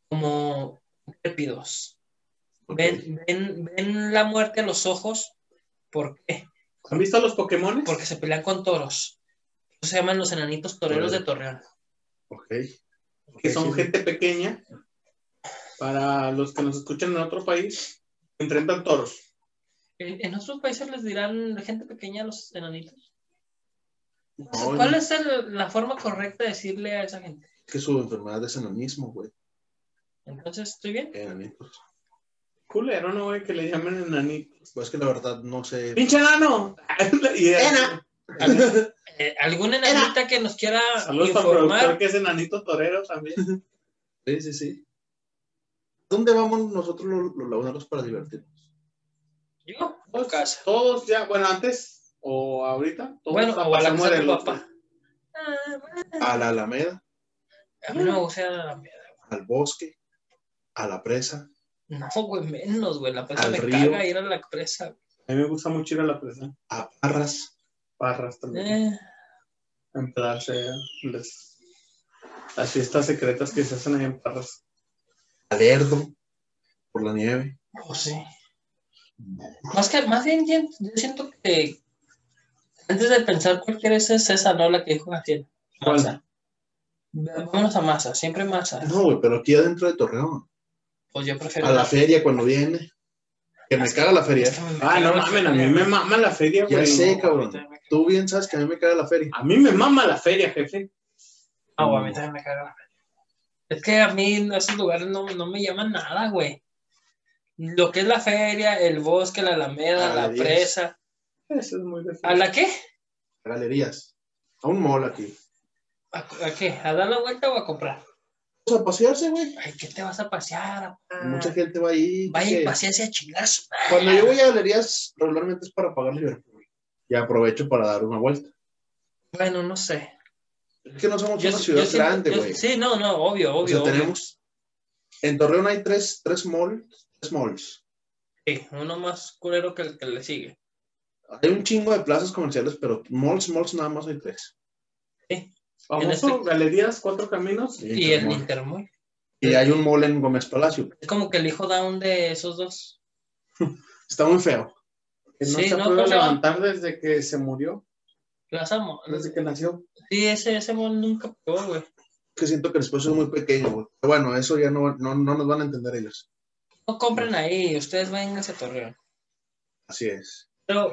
C: como intrépidos. Ven, ven, ven la muerte a los ojos. ¿Por qué?
B: ¿Han visto los Pokémon?
C: Porque se pelean con toros. Eso se llaman los enanitos toreros de Torreón.
A: Ok.
B: que son
A: Sí, sí.
B: gente pequeña. Para los que nos escuchan en otro país, enfrentan toros.
C: ¿En, en otros países les dirán la gente pequeña a los enanitos?
A: No,
C: ¿Cuál es el- la forma correcta de decirle a esa gente?
A: que su enfermedad es enanismo, güey.
C: Entonces, ¿estoy bien?
A: Enanitos.
B: Culero, ¿no, güey? Que le llamen enanitos.
A: Pues que la verdad no sé.
B: ¡Pinche enano! Y-
A: Ena.
C: Eh, ¿Alguna enanita que nos quiera
B: Saludos al
C: informar?
B: productor que es enanito torero también.
A: Sí, sí, sí. ¿Dónde vamos nosotros los, los laguneros para divertirnos?
C: Yo,
B: Todos-
C: casa.
B: Todos ya, bueno, antes o ahorita. Todos
C: Bueno, o a la
B: pasamos
C: casa de
B: del
C: tu
B: otro.
C: papá. Ah,
A: A la Alameda,
C: A mí no me gusta la mierda.
A: al bosque, a la presa.
C: No, güey, menos, güey. La presa
A: Al
C: me
A: río.
C: caga ir a la presa.
B: A mí me gusta mucho ir a la presa.
A: a Parras.
B: Parras también.
C: Eh,
B: en Plaza, las, las fiestas secretas que se hacen ahí en Parras.
A: a Lerdo, por la nieve.
C: no sé. Más, que, más bien, bien, yo siento que antes de pensar cualquier esa es esa, ¿no? La que dijo Gatiel.
B: ¿Cuál?
C: Masa. Vámonos a masa, siempre masa.
A: No, güey, pero aquí adentro de Torreón.
C: Pues yo prefiero.
A: A la feria cuando viene. Que me caga la feria.
B: Ah, no mamen, a mí me mama la feria,
A: Ya
B: güey.
A: sé, cabrón. Tú bien sabes que a mí me caga la feria.
B: A mí me mama la feria, jefe.
C: Ah, güey, a mí también me caga la feria. Es que a mí en esos lugares no, no me llaman nada, güey. Lo que es la feria, el bosque, la alameda,
A: A
C: la
A: la diez.
C: presa.
B: Eso es muy de
C: ¿A la qué?
A: Galerías. A un mall aquí.
C: ¿A, a qué? ¿A dar la vuelta o a comprar?
A: Vamos a pasearse, güey.
C: Ay, ¿qué te vas a pasear? apa?
A: Mucha gente va ahí.
C: Ah. Vaya
A: que-
C: y pasearse a chingar su madre.
A: Cuando yo voy a galerías, regularmente es para pagar Liverpool. Y aprovecho para dar una vuelta.
C: Bueno, no sé.
A: Es que no somos
C: Yo-
A: una
C: yo
A: ciudad
C: siento-
A: grande,
C: yo-
A: güey.
C: Sí, no, no, obvio,
A: O sea,
C: obvio. obvio.
A: tenemos. En Torreón hay tres, tres malls. Tres malls.
C: Sí, uno más culero que el que le sigue.
A: Hay un chingo de plazas comerciales, pero malls, malls nada más hay tres.
B: Famoso,
C: en este-
B: galerías, cuatro caminos.
C: Y el Intermoy.
A: Y hay un mall en Gómez Palacio.
C: Es como que el hijo down de esos dos.
A: Está muy feo.
B: Que no
C: Sí,
B: se
C: no,
B: ha
C: ¿cómo
B: podido
C: se llama?
B: levantar desde que se murió,
C: Las amo.
B: desde que nació.
C: Sí, ese, ese mon nunca pegó, güey.
A: Que siento que el espacio es muy pequeño, güey. Pero bueno, eso ya no, no, no nos van a entender ellos.
C: No compren ahí, ustedes vénganse a Torreón.
A: Así es.
C: Pero,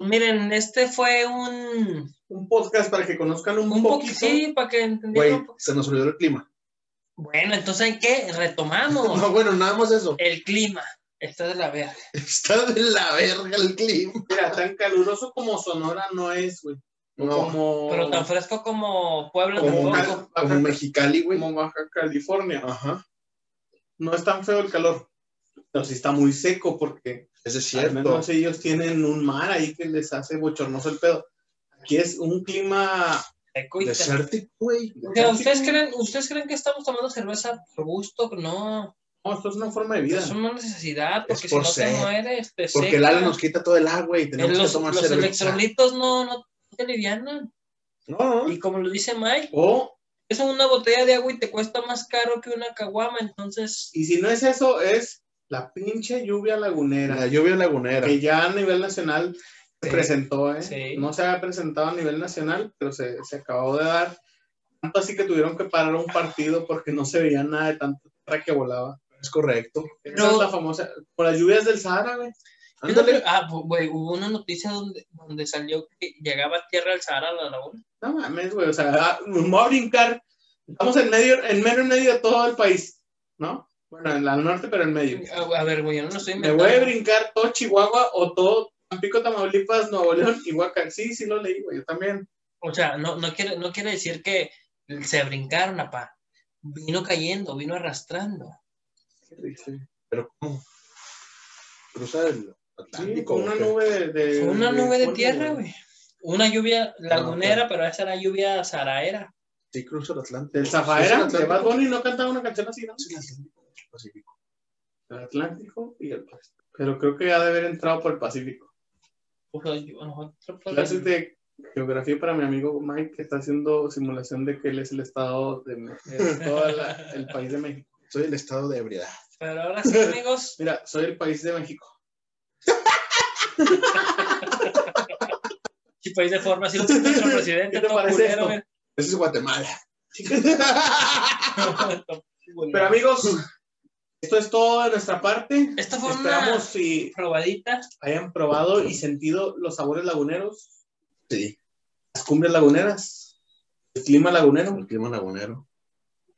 C: miren, este fue un...
B: Un podcast para que conozcan un,
C: Un poquito,
B: poquito.
C: sí, para que
A: Güey,
C: entendieran.
A: se nos olvidó el clima.
C: Bueno, entonces, ¿en qué? Retomamos
A: No, bueno, nada más eso.
C: el clima. Está de la verga.
A: Está de la verga el clima.
B: Mira, tan caluroso como Sonora no es, güey.
A: No,
B: Como,
C: Pero tan fresco como Puebla
A: Oh. como,
C: tampoco.
A: Cal- como Mexicali, güey.
B: como Baja California.
A: Ajá,
B: No es tan feo el calor. Pero sí está muy seco porque
A: eso es
B: Al
A: cierto.
B: menos ellos tienen un mar ahí que les hace bochornoso el pedo. Aquí es un clima.
C: Seco y tan-
A: Desértico, güey.
C: Pero, ¿ustedes, creen, ¿Ustedes creen que estamos tomando cerveza por gusto? No.
B: No, esto es una forma de vida.
C: Es una necesidad, porque
A: Es
C: si
A: por
C: no te
A: sed.
C: mueres, te
A: Porque
C: seca.
A: el ala nos quita todo el agua y tenemos
C: los
A: que tomar
C: los
A: cerveza.
C: electrolitos no, no te livianan.
A: No,
C: Y como lo dice Mike,
B: O,
C: es una botella de agua y te cuesta más caro que una caguama, entonces
B: y si no es eso, es la pinche lluvia
A: la
B: lagunera.
A: lluvia lagunera.
B: Que ya a nivel nacional se
C: Sí.
B: presentó, ¿eh?
C: Sí.
B: No se había presentado a nivel nacional, pero se, se acabó de dar. Tanto así que tuvieron que parar un partido porque no se veía nada de tanta tierra que volaba.
A: Es correcto.
B: Esa
C: Pero-
B: es la famosa. Por las lluvias del Sahara, güey.
A: Ándale.
C: Ah, bu- güey, hubo una noticia donde, donde salió que llegaba tierra al Sahara a la laguna.
B: No mames, güey, o sea, ah, me voy a brincar. Estamos en medio, en medio, en medio de todo el país, ¿no? Bueno, en la- al norte, pero en medio.
C: Ah, A, a ver, güey, yo no lo estoy
B: Me voy a brincar todo Chihuahua o todo Tampico, Tamaulipas, Nuevo León y Huacán. Sí, sí lo leí, güey, yo también.
C: O sea, no, no, quiere, no quiere decir que se brincaron, apá. Vino cayendo, vino arrastrando.
A: Pero ¿cómo? Cruza el
B: Sí,
A: Atlántico.
B: con una
A: ¿o qué?
B: nube de... de-
C: Fue una nube de
B: polvo,
C: tierra, güey. Una lluvia lagunera,
A: ok.
C: pero esa era lluvia saharaera.
A: Sí, cruza el Atlántico.
B: Del
A: Cruza el
B: Zafaera, de
A: Atlántico.
B: Bad Bunny no cantaba una canción así, ¿no?
A: Cruza el Atlántico, el Pacífico.
B: El Atlántico y el Pacífico. Pero creo que ha de haber entrado por el Pacífico.
C: O sea, yo- nosotros-
B: Clases de geografía para mi amigo Mike, que está haciendo simulación de que él es el estado de,
C: Este,
B: de todo la- el país de México.
A: Soy el estado de ebriedad.
C: Pero ahora sí, amigos,
B: Mira, soy el país de México.
C: si país pues, de forma, así lo puso nuestro presidente,
B: ¿Qué te
C: todo
B: parece
C: culero,
B: esto?
C: güey.
A: Ese es Guatemala.
C: Todo culero.
B: Pero amigos, esto es todo de nuestra parte.
C: Esta fue
B: Esperamos
C: una
B: si
C: probadita.
B: hayan probado y sentido los sabores laguneros,
A: Sí,
B: las cumbres laguneras, el clima lagunero.
A: el clima lagunero.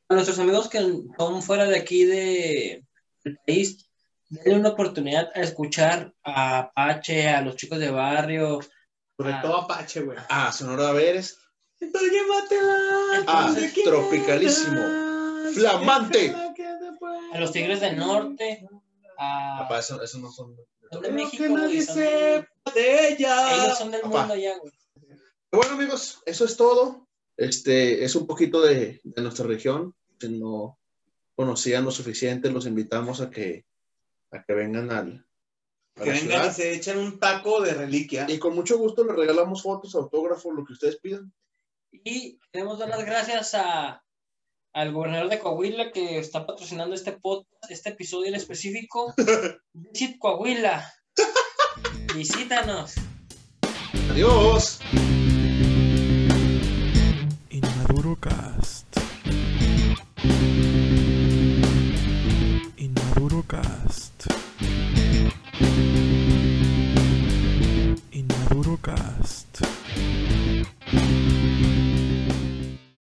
C: a nuestros amigos que son fuera de aquí de del país, denle una oportunidad a escuchar a Apache, a los chicos de barrio.
B: Sobre
C: Ah.
B: todo Apache, güey.
A: Ah, Sonora Veres.
B: Tú llévatela.
A: Ah,
B: donde quieras.
A: tropicalísimo. Flamante.
C: A los Tigres del Norte. A,
A: Papá, Ah, eso, eso no son.
C: son de
B: Creo
C: México,
B: que
C: güey,
B: nadie
C: son de-
B: sepa de ella.
C: ellos son del
A: Papá.
C: mundo ya, güey.
A: Bueno, amigos, eso es todo. Este es un poquito de, de nuestra región. Si no conocían lo suficiente, los invitamos a que, a que vengan al. a
B: Que
A: la
B: vengan y
A: ciudad.
B: se echen un taco de reliquia.
A: Y con mucho gusto les regalamos fotos, autógrafos, lo que ustedes pidan.
C: Y queremos dar las gracias a, al gobernador de Coahuila que está patrocinando este podcast, este episodio en específico. Visit Coahuila. Visítanos.
A: Adiós.
D: Inmaduro Cast. Inmaduro Cast. Inmaduro Cast.